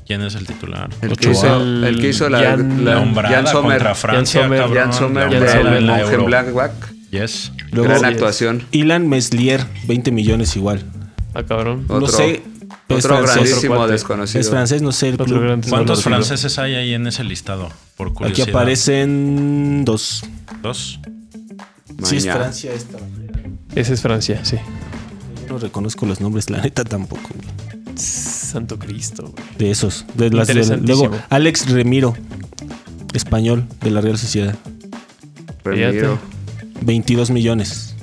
F: ¿Quién es el titular?
E: El que,
A: Ochoa.
E: hizo, el que hizo la,
A: Jan-
E: la-
F: La
E: Jan
F: hombrada
E: Sommer.
F: contra Francia,
A: Sommer,
F: cabrón.
E: Jan Sommer
A: Jan
E: del
A: Sommer en la
E: Monje
F: Euro.
E: Blackback.
F: Yes.
E: Gran actuación.
B: Ilan Meslier, 20 millones igual.
A: Ah, cabrón.
E: Otro,
B: no sé. es
E: otro
B: francés.
E: grandísimo
A: Otro cuate.
E: desconocido.
B: Es francés, no sé el
A: Otro
B: club.
A: gran-
B: no
F: ¿Cuántos
B: lo recuerdo.
F: franceses hay ahí en ese listado? Por
B: Aquí
F: curiosidad.
B: aparecen dos.
F: Dos.
B: Sí, es
E: Mañana.
B: Francia esta.
A: Ese es Francia, sí.
B: Yo no reconozco los nombres, la neta tampoco. güey.
A: Santo Cristo, güey.
B: De esos. De las del-
A: Interesantísimo.
B: luego, Alex Remiro, español de la Real Sociedad,
E: Ramiro.
B: 22 millones.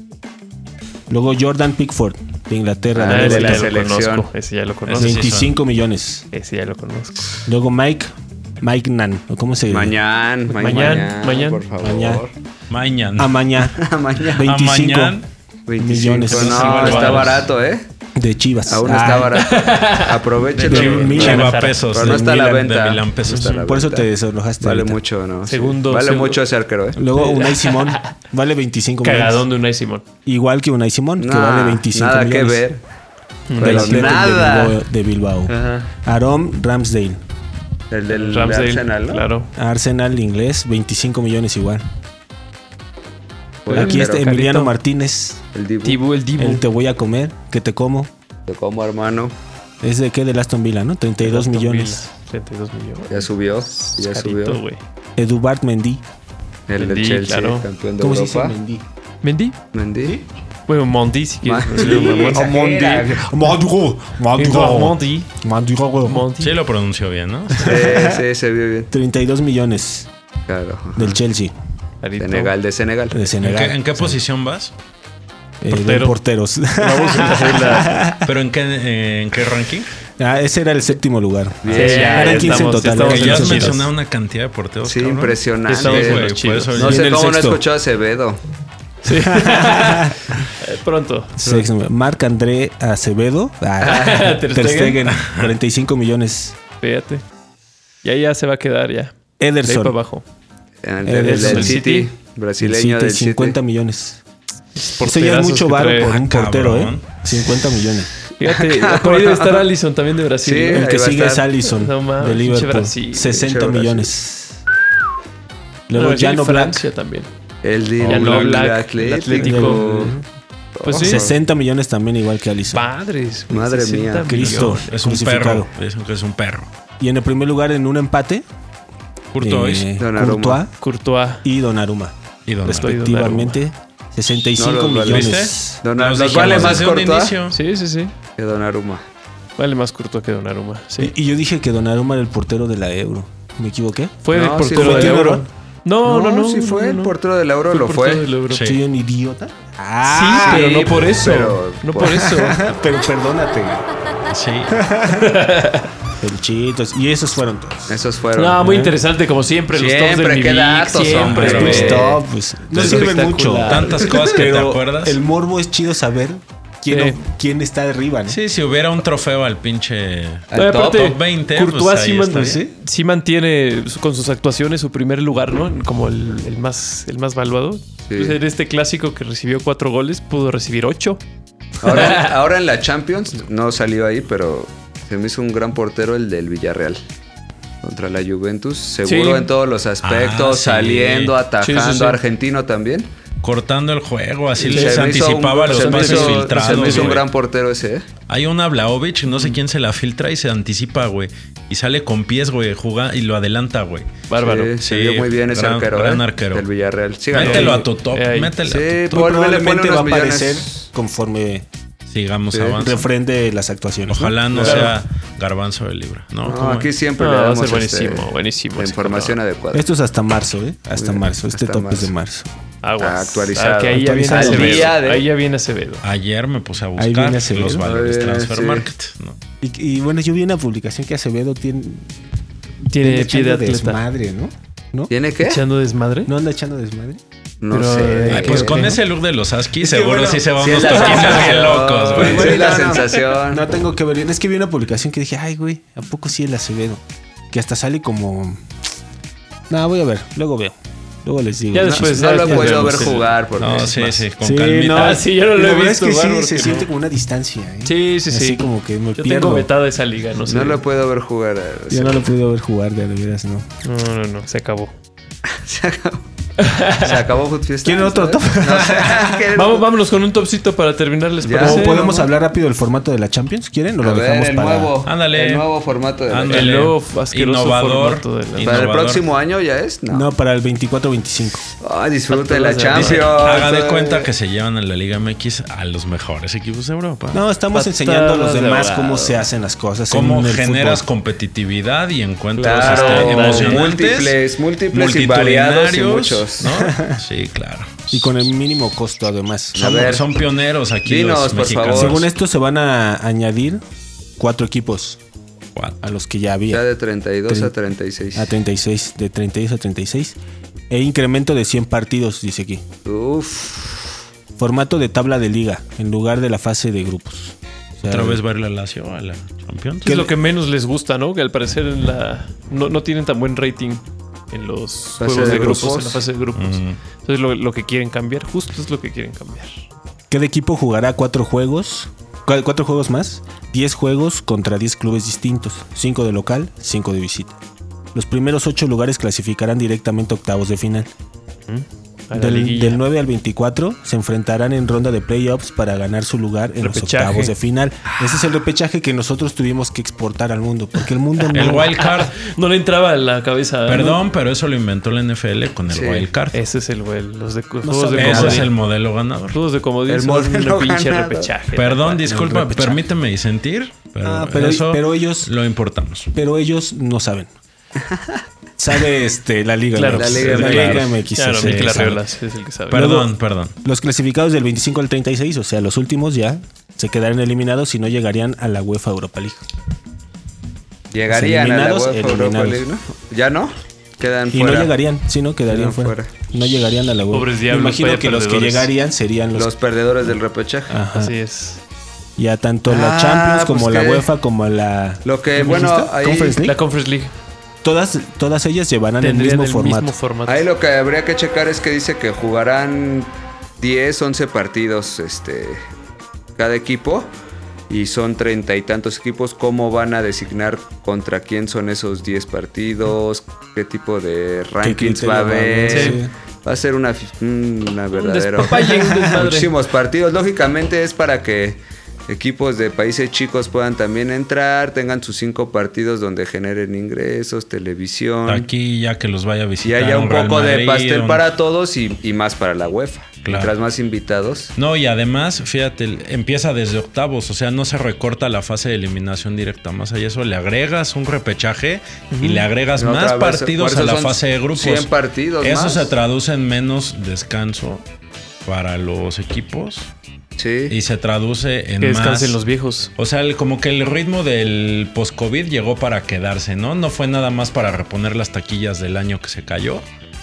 B: Luego Jordan Pickford, de Inglaterra,
E: Ah,
B: de la
E: de
B: Real
E: la
A: ya
B: Sociedad,
E: selección.
A: lo conozco. Ese ya lo conozco.
F: sí son.
B: 25 millones.
A: Ese ya lo conozco.
B: Luego Mike, Mike Nan, ¿o ¿cómo se llama?
E: Mañana,
A: Mañana,
E: mañana,
A: mañana.
E: por favor.
B: Mañana.
F: Mañana.
B: Amaña,
E: Mañana.
B: 25
F: Amañán.
E: 25.
B: Ah, Millones.
E: No, está barato, ¿eh?
B: de Chivas. Ah,
E: Aún está
B: Ay,
E: barato. Aprovechelo.
B: De Milan.
F: Chiva
A: Guadalajara.
F: pesos.
E: Pero no
F: de
E: está a la
F: Milan-
E: venta.
F: De Milán pesos.
E: No está a la
B: Por eso
E: venta.
B: te desalojaste.
E: Vale
B: ahorita.
E: mucho, ¿no? Sí.
A: Segundo,
E: Vale
A: segundo.
E: mucho ese arquero, ¿eh?
B: Luego Unai Simón vale 25
A: Cagadón
B: millones.
A: de Unai Simón.
B: Igual que Unai Simón, que
E: Nah,
B: vale 25
E: nada
B: millones.
E: que ver.
B: Del
E: Pero
B: Atlético
E: nada.
B: De Bilbao. de Bilbao.
A: Ajá.
B: Arom Ramsdale.
E: El del
A: Ramsey,
E: Arsenal, ¿no?
A: claro.
B: Arsenal inglés, 25 millones igual.
E: Pues,
B: Aquí
E: pero
B: está Emiliano
A: Carlito.
B: Martínez.
E: El Dibu.
A: Dibu, el Dibu.
B: El te voy a comer, que te como.
E: Te como, hermano.
B: ¿Es de qué? Del Aston Villa, ¿no? 32 millones.
A: 32 millones.
E: Ya subió.
A: Es
E: Ya
A: carito,
E: subió.
A: güey.
B: Edubard Mendy.
E: El del
A: Mendy,
E: Chelsea,
A: claro.
E: campeón de
B: ¿Cómo se dice
E: Europa.
B: Mendy?
A: ¿Mendy?
E: Mendy.
A: Bueno, Mondi, si quieres.
E: Ma-
A: decirlo, mamá.
E: Exagera, güey.
B: Maduro.
A: Edouard
B: Maduro.
A: Mondi.
B: Maduro.
A: Mondi.
F: Sí lo pronunció bien, ¿no?
E: Sí, sí, se vio bien.
B: 32 millones
E: Claro.
B: del Chelsea,
A: Carito.
E: Senegal, de Senegal.
B: de
F: ¿En
B: Senegal.
F: qué, en qué posición vas?
B: Eh,
A: Portero.
B: de porteros.
A: Vamos a hacerla.
F: ¿Pero en qué, eh, en qué ranking?
B: Ah, ese era el séptimo lugar.
E: Bien.
A: Sí, ya,
B: Eran
A: ya
B: 15 en
A: estamos,
B: total,
A: estamos
F: Porque
B: en
A: en
F: ya
B: los
F: has
A: los
B: chidos.
F: mencionado una cantidad de porteros.
E: Sí,
F: cabrón.
E: impresionante.
A: Estamos
F: Sí,
A: en
F: güey,
A: los
F: por
A: chidos.
F: eso
E: No
B: Y en
E: sé
B: el
E: cómo no he
B: sexto.
E: escuchado a Acevedo.
A: Sí. Eh, Pronto.
B: Sex- Marc André Acevedo. Ah,
A: Ter
B: Ter
A: Stegen.
B: Stegen, 45 millones.
A: Fíjate. Ya, ya se va a quedar, ya. De ahí para
B: Ederson.
A: abajo.
E: El del- el
A: Eh,
B: Ederson.
E: del City. Brasileño
B: siete,
E: del
B: 50
E: siete.
B: millones. Eso ya es
A: Porterazos
B: mucho
A: que
B: varo
A: trae.
B: por un
F: Ah,
B: portero, ¿eh?
F: cabrón.
B: 50 millones.
A: Fíjate, por ahí debe estar Allison también de Brasil.
E: Sí,
A: ¿no?
B: El
E: ahí
B: que
E: va a
B: sigue
E: estar.
B: es Allison
A: No mames,
B: de
A: pinche
B: Liverpool.
A: Brasil, güey.
B: 60
E: Pinche Brasil.
B: millones.
A: No,
B: Luego
A: aquí
B: Jan Black,
A: Francia también.
E: El de
A: Jan
E: el
A: Oblak,
E: Atlético.
A: el Atlético. Pues sí.
B: 60 millones también igual que Allison.
A: Padres. güey,
E: Madre
A: 60
E: mía.
B: Cristo.
A: millones.
F: Es un
B: Crucificado.
F: perro. Es un, es un perro.
B: Y en el primer lugar en un empate,
F: Courtois
B: eh,
E: Donnarumma.
B: Courtois
A: Courtois.
B: y Donnarumma.
F: y Don
A: estoy-
B: Respectivamente, 65
E: No los
B: millones.
F: ¿Viste?
E: Don-
F: Nos
E: nos
F: dijimos
E: vale más
F: desde un
E: Courtois.
F: inicio.
A: Sí, sí, sí.
E: Que Donnarumma.
A: Vale más Courtois que Donnarumma. Sí.
B: Y, y yo dije que Donnarumma era el portero de la Euro. ¿Me equivoqué?
A: Fue
E: No,
A: el
E: sí
A: portero
E: fue.
A: del
E: ¿Tiene
A: Euro.
B: error?
A: No, no, no.
E: Si
A: no,
E: fue
A: no,
E: el
A: no.
E: portero del euro,
A: Fue el
E: lo
A: portero
E: fue.
A: del Euro.
F: Sí.
A: Sí,
B: ¿Soy un idiota?
A: pero no por eso.
E: pero
A: no
E: por-
A: por eso.
B: Pero perdónate.
F: Sí.
B: Pelchitos. Y esos fueron todos.
E: Esos fueron.
A: No, muy interesante, como siempre. los tops
E: ¿eh? Siempre,
A: del
E: qué
A: Vivic,
E: datos,
A: siempre.
E: hombre.
A: güey.
F: eh,
B: Pues, top, pues, no
A: Es
B: sirve
A: espectacular.
B: mucho.
F: Tantas cosas que te
B: Pero
F: acuerdas.
B: El morbo es chido saber quién,
A: Sí.
B: o- quién está arriba, ¿no?
F: Sí, si hubiera un trofeo al pinche.
E: Al
A: No, y
E: top,
A: aparte,
F: top 20,
A: Courtois
F: pues, ahí
A: sí, man-
F: está bien.
A: sí- sí mantiene su- con sus actuaciones su primer lugar, ¿no? Como el, el más, el más valuado. Pues en este clásico que recibió cuatro goles, pudo recibir ocho.
E: Ahora, ahora en la Champions, no salió ahí, pero se me hizo un gran portero el del Villarreal. Contra la Juventus, seguro
A: Sí.
E: en todos los aspectos,
F: Ah, sí.
E: saliendo, atajando,
A: Sí, sí, sí.
E: argentino también.
F: Cortando el juego, así
E: Y
F: les
E: me hizo
F: anticipaba
E: un-
F: los
E: se me
F: pases
E: hizo-
F: filtrados.
E: Se me hizo un
F: güey.
E: gran portero ese, ¿eh?
F: Hay un Vlaovic, no sé quién se la filtra y se anticipa, güey. Y sale con pies, güey, juga y lo adelanta, güey.
A: Bárbaro.
E: Sí, se
F: Sí,
E: vio muy bien ese
F: gran-
E: arquero,
F: gran
E: ¿eh?
F: arquero.
E: Del Villarreal. Síganlo.
F: Mételo
A: ahí.
F: a tu top,
A: Ahí.
F: mételo. a
E: Sí,
B: Muy
E: Paul Vela pone
B: probablemente va
E: unos
B: a
E: millones.
B: aparecer conforme
F: tu- Sigamos
E: Sí.
F: avanzando.
B: refrende las actuaciones. ¿no?
F: Ojalá no
A: Claro.
F: sea garbanzo de libra. No,
E: No,
F: ¿cómo
E: aquí
F: es?
E: siempre
A: No,
E: le
A: va a
E: damos
A: ser
E: este,
A: buenísimo, buenísimo.
E: la
A: ese
E: información
A: cabrón.
E: adecuada.
B: Esto es hasta marzo, ¿eh? Hasta
E: Bien,
B: marzo. Este
E: hasta
B: top es de
E: marzo.
B: marzo.
A: Aguas.
E: Actualizado.
A: Ah, que ahí ya viene
B: Actualizado.
E: Al día de-
A: Acevedo. Ahí ya viene Acevedo.
F: Ayer me puse a buscar
B: viene ese
F: los
B: video.
F: valores
E: Eh,
F: Transfer
E: sí.
F: Market. ¿no?
B: Y, y bueno, yo vi una publicación que Acevedo tiene.
A: Tiene pie de
B: echando
A: atleta.
B: Desmadre, ¿no? ¿No?
E: ¿Tiene qué?
A: ¿Echando desmadre?
B: ¿No anda echando desmadre?
E: No
A: Pero,
E: sé.
A: eh,
F: Ay, pues
E: ¿Qué?
F: con ese look de los Aski,
B: Es que,
F: seguro
B: bueno,
F: sí se van
E: sí
F: unos
E: es la
F: toquines bien
E: sensación.
F: locos, güey.
E: Esa
B: Güey,
E: es la
B: no, no.
E: sensación.
B: No tengo que ver. Es que vi una publicación que dije, ay, güey, ¿a poco sí el Acevedo? Que hasta sale como. Nada, voy a ver, luego veo. Luego les digo.
A: Ya
B: No,
F: pues,
A: después,
E: no
A: ya
E: lo
A: después
E: puedo
A: vemos
E: ver
A: el-
E: jugar porque
F: No,
E: es
F: sí,
E: más-
F: sí, con
B: Sí,
F: calmita.
A: Ah, sí, yo no lo
B: la
A: he
B: verdad es
A: visto.
B: que sí,
A: bárbaro,
B: se
A: que
B: siente
A: no.
B: como una distancia, ¿eh?
A: Sí, sí, sí.
B: Así como que me
A: Yo
B: pierdo.
A: tengo vetada esa liga, no sé.
E: No lo puedo ver jugar. eh, o sea,
B: Yo no lo pude ver jugar, de veras, ¿no?
A: No, no, no, se acabó.
E: Se acabó. Se acabó Food Fiesta.
B: ¿Quieren otro top?
E: No sé. ¿Quieren
A: Vamos,
E: otro?
A: vámonos con un topcito para terminar, ¿les
E: Ya.
A: parece?
B: ¿O podemos
E: ¿no?
B: hablar rápido del formato de la Champions? ¿Quieren? ¿O
E: A
B: lo dejamos
E: ver, el
B: para...?
E: nuevo.
F: Ándale.
E: El nuevo formato de la-
F: Ándale.
A: El nuevo asqueroso
F: innovador.
A: formato de la- Para
E: Para el
F: innovador.
E: próximo año ya es. No.
B: No, para el 24-25.
E: Ay, disfrute la
A: Dice,
E: Champions.
F: Dice, haga de
E: eh.
F: cuenta que se llevan a la Liga MX a los mejores equipos de Europa.
B: No, estamos
A: Patadas
B: enseñando a los
A: de
B: demás
A: volado.
B: cómo se hacen las cosas.
F: Cómo
B: en el
F: generas
B: fútbol.
F: competitividad y encuentros
E: Claro,
F: este, emocionantes,
E: múltiples, múltiples y variados y
F: multitudinarios,
E: muchos.
F: ¿no? Sí, claro.
B: Y con el mínimo costo, además.
E: A
F: son,
E: ver.
F: son pioneros aquí
E: Dinos,
F: los
E: por
F: mexicanos.
E: favor.
B: Según esto, se van a añadir cuatro equipos a los que ya
E: Ya
B: había.
E: de 32 a 36.
B: A 36, de 32 a 36. E incremento de 100 partidos, dice aquí.
E: Uf.
B: Formato de tabla de liga, en lugar de la fase de grupos. O sea,
F: Otra vez va a ir la Lazio a la Champions.
A: ¿Qué es lo que menos les gusta, no? Que al parecer en la, no, no tienen tan buen rating en los
E: Fase
A: juegos
E: de
A: de grupos,
E: grupos.
A: en la fase de grupos.
F: Mm.
A: Entonces lo, lo que quieren cambiar, justo es lo que quieren cambiar.
B: Cada equipo jugará cuatro juegos, cu- cuatro juegos más, 10 juegos contra 10 clubes distintos, 5 de local, 5 de visita. Los primeros 8 lugares clasificarán directamente a octavos de final.
A: A la
B: Del,
A: liguilla.
B: del 9 al 24 se enfrentarán en ronda de playoffs para ganar su lugar en
A: Repechaje.
B: los octavos de final. Ese es el repechaje que nosotros tuvimos que exportar al mundo, porque el mundo
F: El
B: no-
F: wild card.
A: No le entraba a la
E: Ah,
A: cabeza.
F: Perdón, pero eso lo inventó la NFL con el
E: Sí.
F: wild card.
A: ¿no? Ese es el güey. Los de juegos de
B: sabe
F: Ese
A: comodín.
F: es el modelo ganador.
A: Juegos de comodín
E: El
A: son
E: modelo
A: un pinche
E: ganado.
A: repechaje.
F: Perdón,
A: Tal cual.
F: disculpa,
B: repechaje.
F: permíteme disentir, pero,
B: Ah, pero-
F: eso
B: pero ellos-
F: lo importamos.
B: Pero ellos no saben. Sabe este, la Liga
A: Claro,
B: MX.
E: la Liga
B: MX,
A: Claro,
B: sí,
A: Mikel
B: sabe.
A: Arriola es el que sabe.
F: Perdón, perdón.
B: Los clasificados del 25 al 36, o sea, los últimos ya, se quedarán eliminados y no llegarían a la UEFA Europa League.
E: Llegarían a la
B: Eliminados,
E: UEFA Europa
B: eliminados.
E: League, ¿no? ¿Ya no? Quedan
B: Y
E: fuera.
B: no llegarían, sí, no quedarían
E: No,
B: fuera.
E: fuera.
B: No llegarían a la UEFA.
A: Pobres
B: Me
A: diablos,
B: Imagino
A: vaya
B: que los que
A: perdedores.
B: llegarían serían los.
E: Los perdedores del repechaje.
B: Ajá.
A: Así es.
B: Ya tanto la
E: Ah,
B: Champions
E: pues
B: como la
E: qué.
B: UEFA como la.
E: Lo que,
B: ¿Cómo
E: bueno,
B: dijiste?
E: ahí-
B: Conference League.
A: La Conference League.
B: Todas, todas ellas llevarán el
A: Tendrían
B: mismo formato.
A: formato.
E: Ahí lo que habría que checar es que dice que jugarán 10, 11 partidos este, cada equipo y son treinta y tantos equipos. ¿Cómo van a designar contra quién son esos 10 partidos? ¿Qué tipo de rankings
B: criterio
E: va a
B: va a
E: haber?
B: haber? Sí.
E: Va a ser una, fi- una verdadera...
A: despapalle, un desmadre.
E: Muchísimos partidos. Lógicamente es para que equipos de países chicos puedan también entrar, tengan sus cinco partidos donde generen ingresos, televisión.
F: Aquí ya que los vaya a
E: Y
F: visitar.
E: haya un
F: Real
E: poco de
F: Madrid,
E: pastel
F: un-
E: para todos y, y más para la UEFA.
F: Claro.
E: Mientras más invitados.
F: No, y además, fíjate, el- empieza desde octavos, o sea, no se recorta la fase de eliminación directa. Más allá de eso, le agregas un repechaje y le agregas
E: Otra
F: más
E: vez,
F: partidos
E: por
F: a
E: eso
F: la
E: son
F: fase de grupos.
E: 100 partidos
F: Eso
E: más.
F: se traduce en menos descanso para los equipos y
E: Sí.
F: se traduce en
A: que
F: más.
A: descansen los viejos.
F: O sea, el- como que el ritmo del post-COVID llegó para quedarse, ¿no? No fue nada más para reponer las taquillas del año que se cayó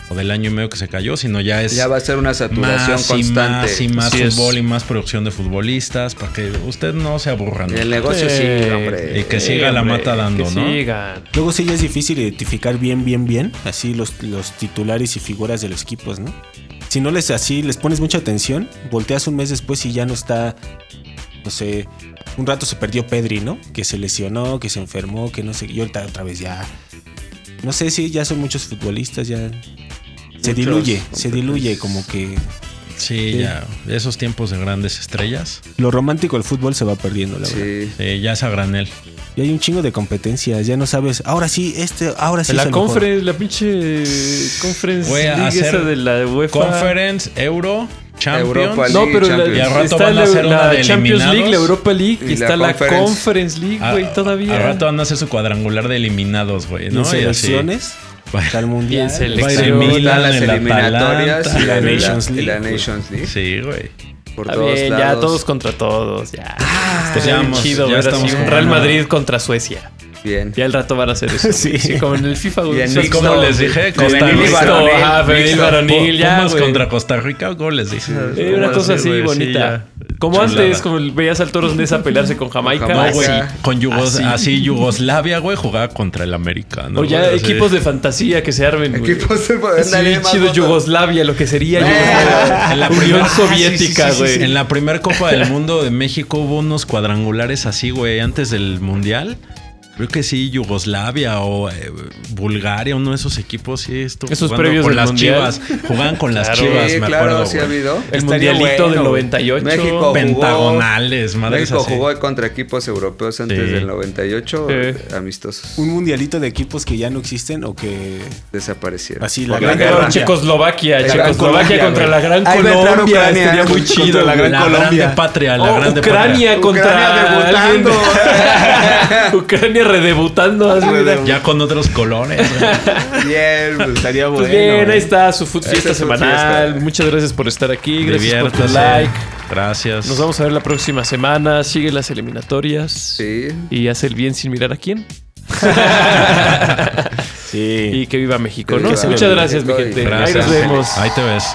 F: o del año y medio que se cayó, sino ya es
E: ya va a ser una saturación
F: más y
E: constante.
F: más y más
A: Sí, es.
F: fútbol y más producción de futbolistas para que usted no se aburra. ¿no?
E: El e- negocio sí,
A: Eh,
E: hombre.
F: Y que siga la
A: hombre,
F: mata dando,
A: que
F: ¿no?
A: sigan.
B: Luego sí ya es difícil identificar bien, bien, bien, así los, los titulares y figuras de los equipos, ¿no? Si no les así les pones mucha atención, volteas un mes después y ya no está, no sé, un rato se perdió Pedri, ¿no? Que se lesionó, que se enfermó, que no sé, y ahorita otra vez ya. No sé si ya son muchos futbolistas, ya. Se
E: Muchos
B: diluye, se
E: competencias.
B: diluye como que
F: Sí,
B: Sí.
F: ya. Esos tiempos de grandes estrellas.
B: lo romántico del fútbol se va perdiendo, la verdad.
E: Sí.
F: eh, ya es a granel.
B: Y hay un chingo de competencias, ya no sabes, ahora sí, este, ahora sí. es
A: la
B: el mejor.
A: conference, la pinche conference
F: Voy a
A: league
F: hacer
A: esa de la UEFA.
F: Conference, Euro, Champions.
E: Europa League.
A: no, pero la,
E: Champions.
F: Y al rato
A: está
F: van a
A: la,
F: hacer una
A: la
F: de
A: Champions League, la
F: eliminados.
A: Europa League y,
E: Y
A: está
E: la
A: la
E: Conference.
A: Conference League,
F: A-
A: güey, todavía.
F: Al rato van a hacer su cuadrangular de eliminados, güey,
B: Y en
F: ¿no? Y así.
B: selecciones,
F: Va-
B: está el
A: Y
B: mundial.
A: en
F: Va a ir
A: selección.
F: en Milan,
E: Están las
F: el
E: eliminatorias
F: Atalanta.
E: y la,
B: la Nations
E: y la
B: League, güey.
E: Nations League.
F: Sí, güey.
E: Por
A: Está
E: todos
A: bien, ya
E: lados.
A: todos contra todos, ya. Estaría
F: Ah, pues ya
A: bien
F: vamos,
A: chido
F: ya
A: ver así
F: estamos
A: un
F: jugando.
A: Real Madrid contra Suecia.
E: Bien.
A: Ya al rato van a hacer eso.
B: Sí.
A: güey. Sí, como en el FIFA, güey.
E: Bien,
A: Eso es
F: Y como
E: Mixto,
F: les dije,
E: sí.
F: Costa
E: Femenil y
F: Rica.
E: varonil.
A: Ajá, femenil,
E: Mixto.
A: varonil, ya,
F: Pumas
A: güey.
F: contra Costa Rica, ¿cómo les dije?
A: Eh, una
F: Sí,
A: cosa así
F: güey, sí,
A: bonita.
F: ya.
A: como
F: Chulada.
A: antes, como veías al Toros Nesa pelearse con Jamaica. Ah,
E: Con Jamaica.
F: No, güey,
E: Así.
F: con Yugos-
A: Así.
F: así. Yugoslavia, güey, jugaba contra el América. ¿no,
A: O ya
F: güey? Así.
A: equipos de fantasía que se armen. güey.
E: Equipos de-
A: Así
E: ándale,
A: bien
E: más
A: chido
E: votos.
A: Yugoslavia, lo que sería
E: Eh,
A: Yugoslavia.
F: en
A: la
F: la
A: Unión
F: primera- Ah,
A: Soviética,
F: Sí, sí,
A: güey.
F: sí. En la primera Copa del Mundo de México hubo unos cuadrangulares así, güey, antes del Mundial. Creo que sí, Yugoslavia o eh, Bulgaria, uno de esos equipos, sí, esto.
A: Esos previos
F: con
A: del
F: las
A: Mundial.
F: chivas. Jugaban con las
A: Claro.
F: chivas,
E: Sí,
F: me
E: claro,
F: acuerdo.
E: sí ha
F: güey.
E: habido.
A: El
B: Estaría
A: mundialito
B: bueno,
A: del
B: güey.
A: 98.
E: México.
F: Pentagonales, madres
E: México
F: así.
E: jugó contra equipos europeos antes
F: Sí.
E: del 98,
A: Sí.
E: eh, amistosos.
B: un mundialito de equipos que ya no existen o que
E: Desaparecieron.
B: Así, la
E: Por
B: gran
A: Claro,
B: guerra.
A: Checoslovaquia,
E: La gran
A: Checoslovaquia
E: Colombia,
A: contra
E: güey.
A: la Gran
E: Ahí va a entrar
A: Colombia.
E: Ucrania
A: Estaría muy
E: contra-
A: chido.
E: contra
A: La gran
F: grande
A: Colombia.
F: patria, la
A: Oh,
F: grande patria.
A: Ucrania contra
E: Ucrania
A: alguien.
E: debutando.
A: Ucrania redebutando. así, mira.
E: Redebu-
F: Ya con otros colores. güey.
E: Bien, pues,
B: estaría
A: Pues
B: bueno.
A: bien,
B: ¿eh?
A: ahí está su Food Fiesta
E: es su
A: semanal.
E: fiesta.
A: Muchas gracias por estar aquí. Gracias por tu
F: Diviértase.
A: like.
F: Gracias.
A: Nos vamos a ver la próxima semana. Sigue las eliminatorias.
E: Sí.
A: Y haz el bien sin mirar a quién.
B: Sí.
A: Y que viva México,
E: Que
A: ¿no?
E: viva
A: Muchas
E: México.
A: gracias, mi gente. Ahí nos vemos.
F: Ahí te ves.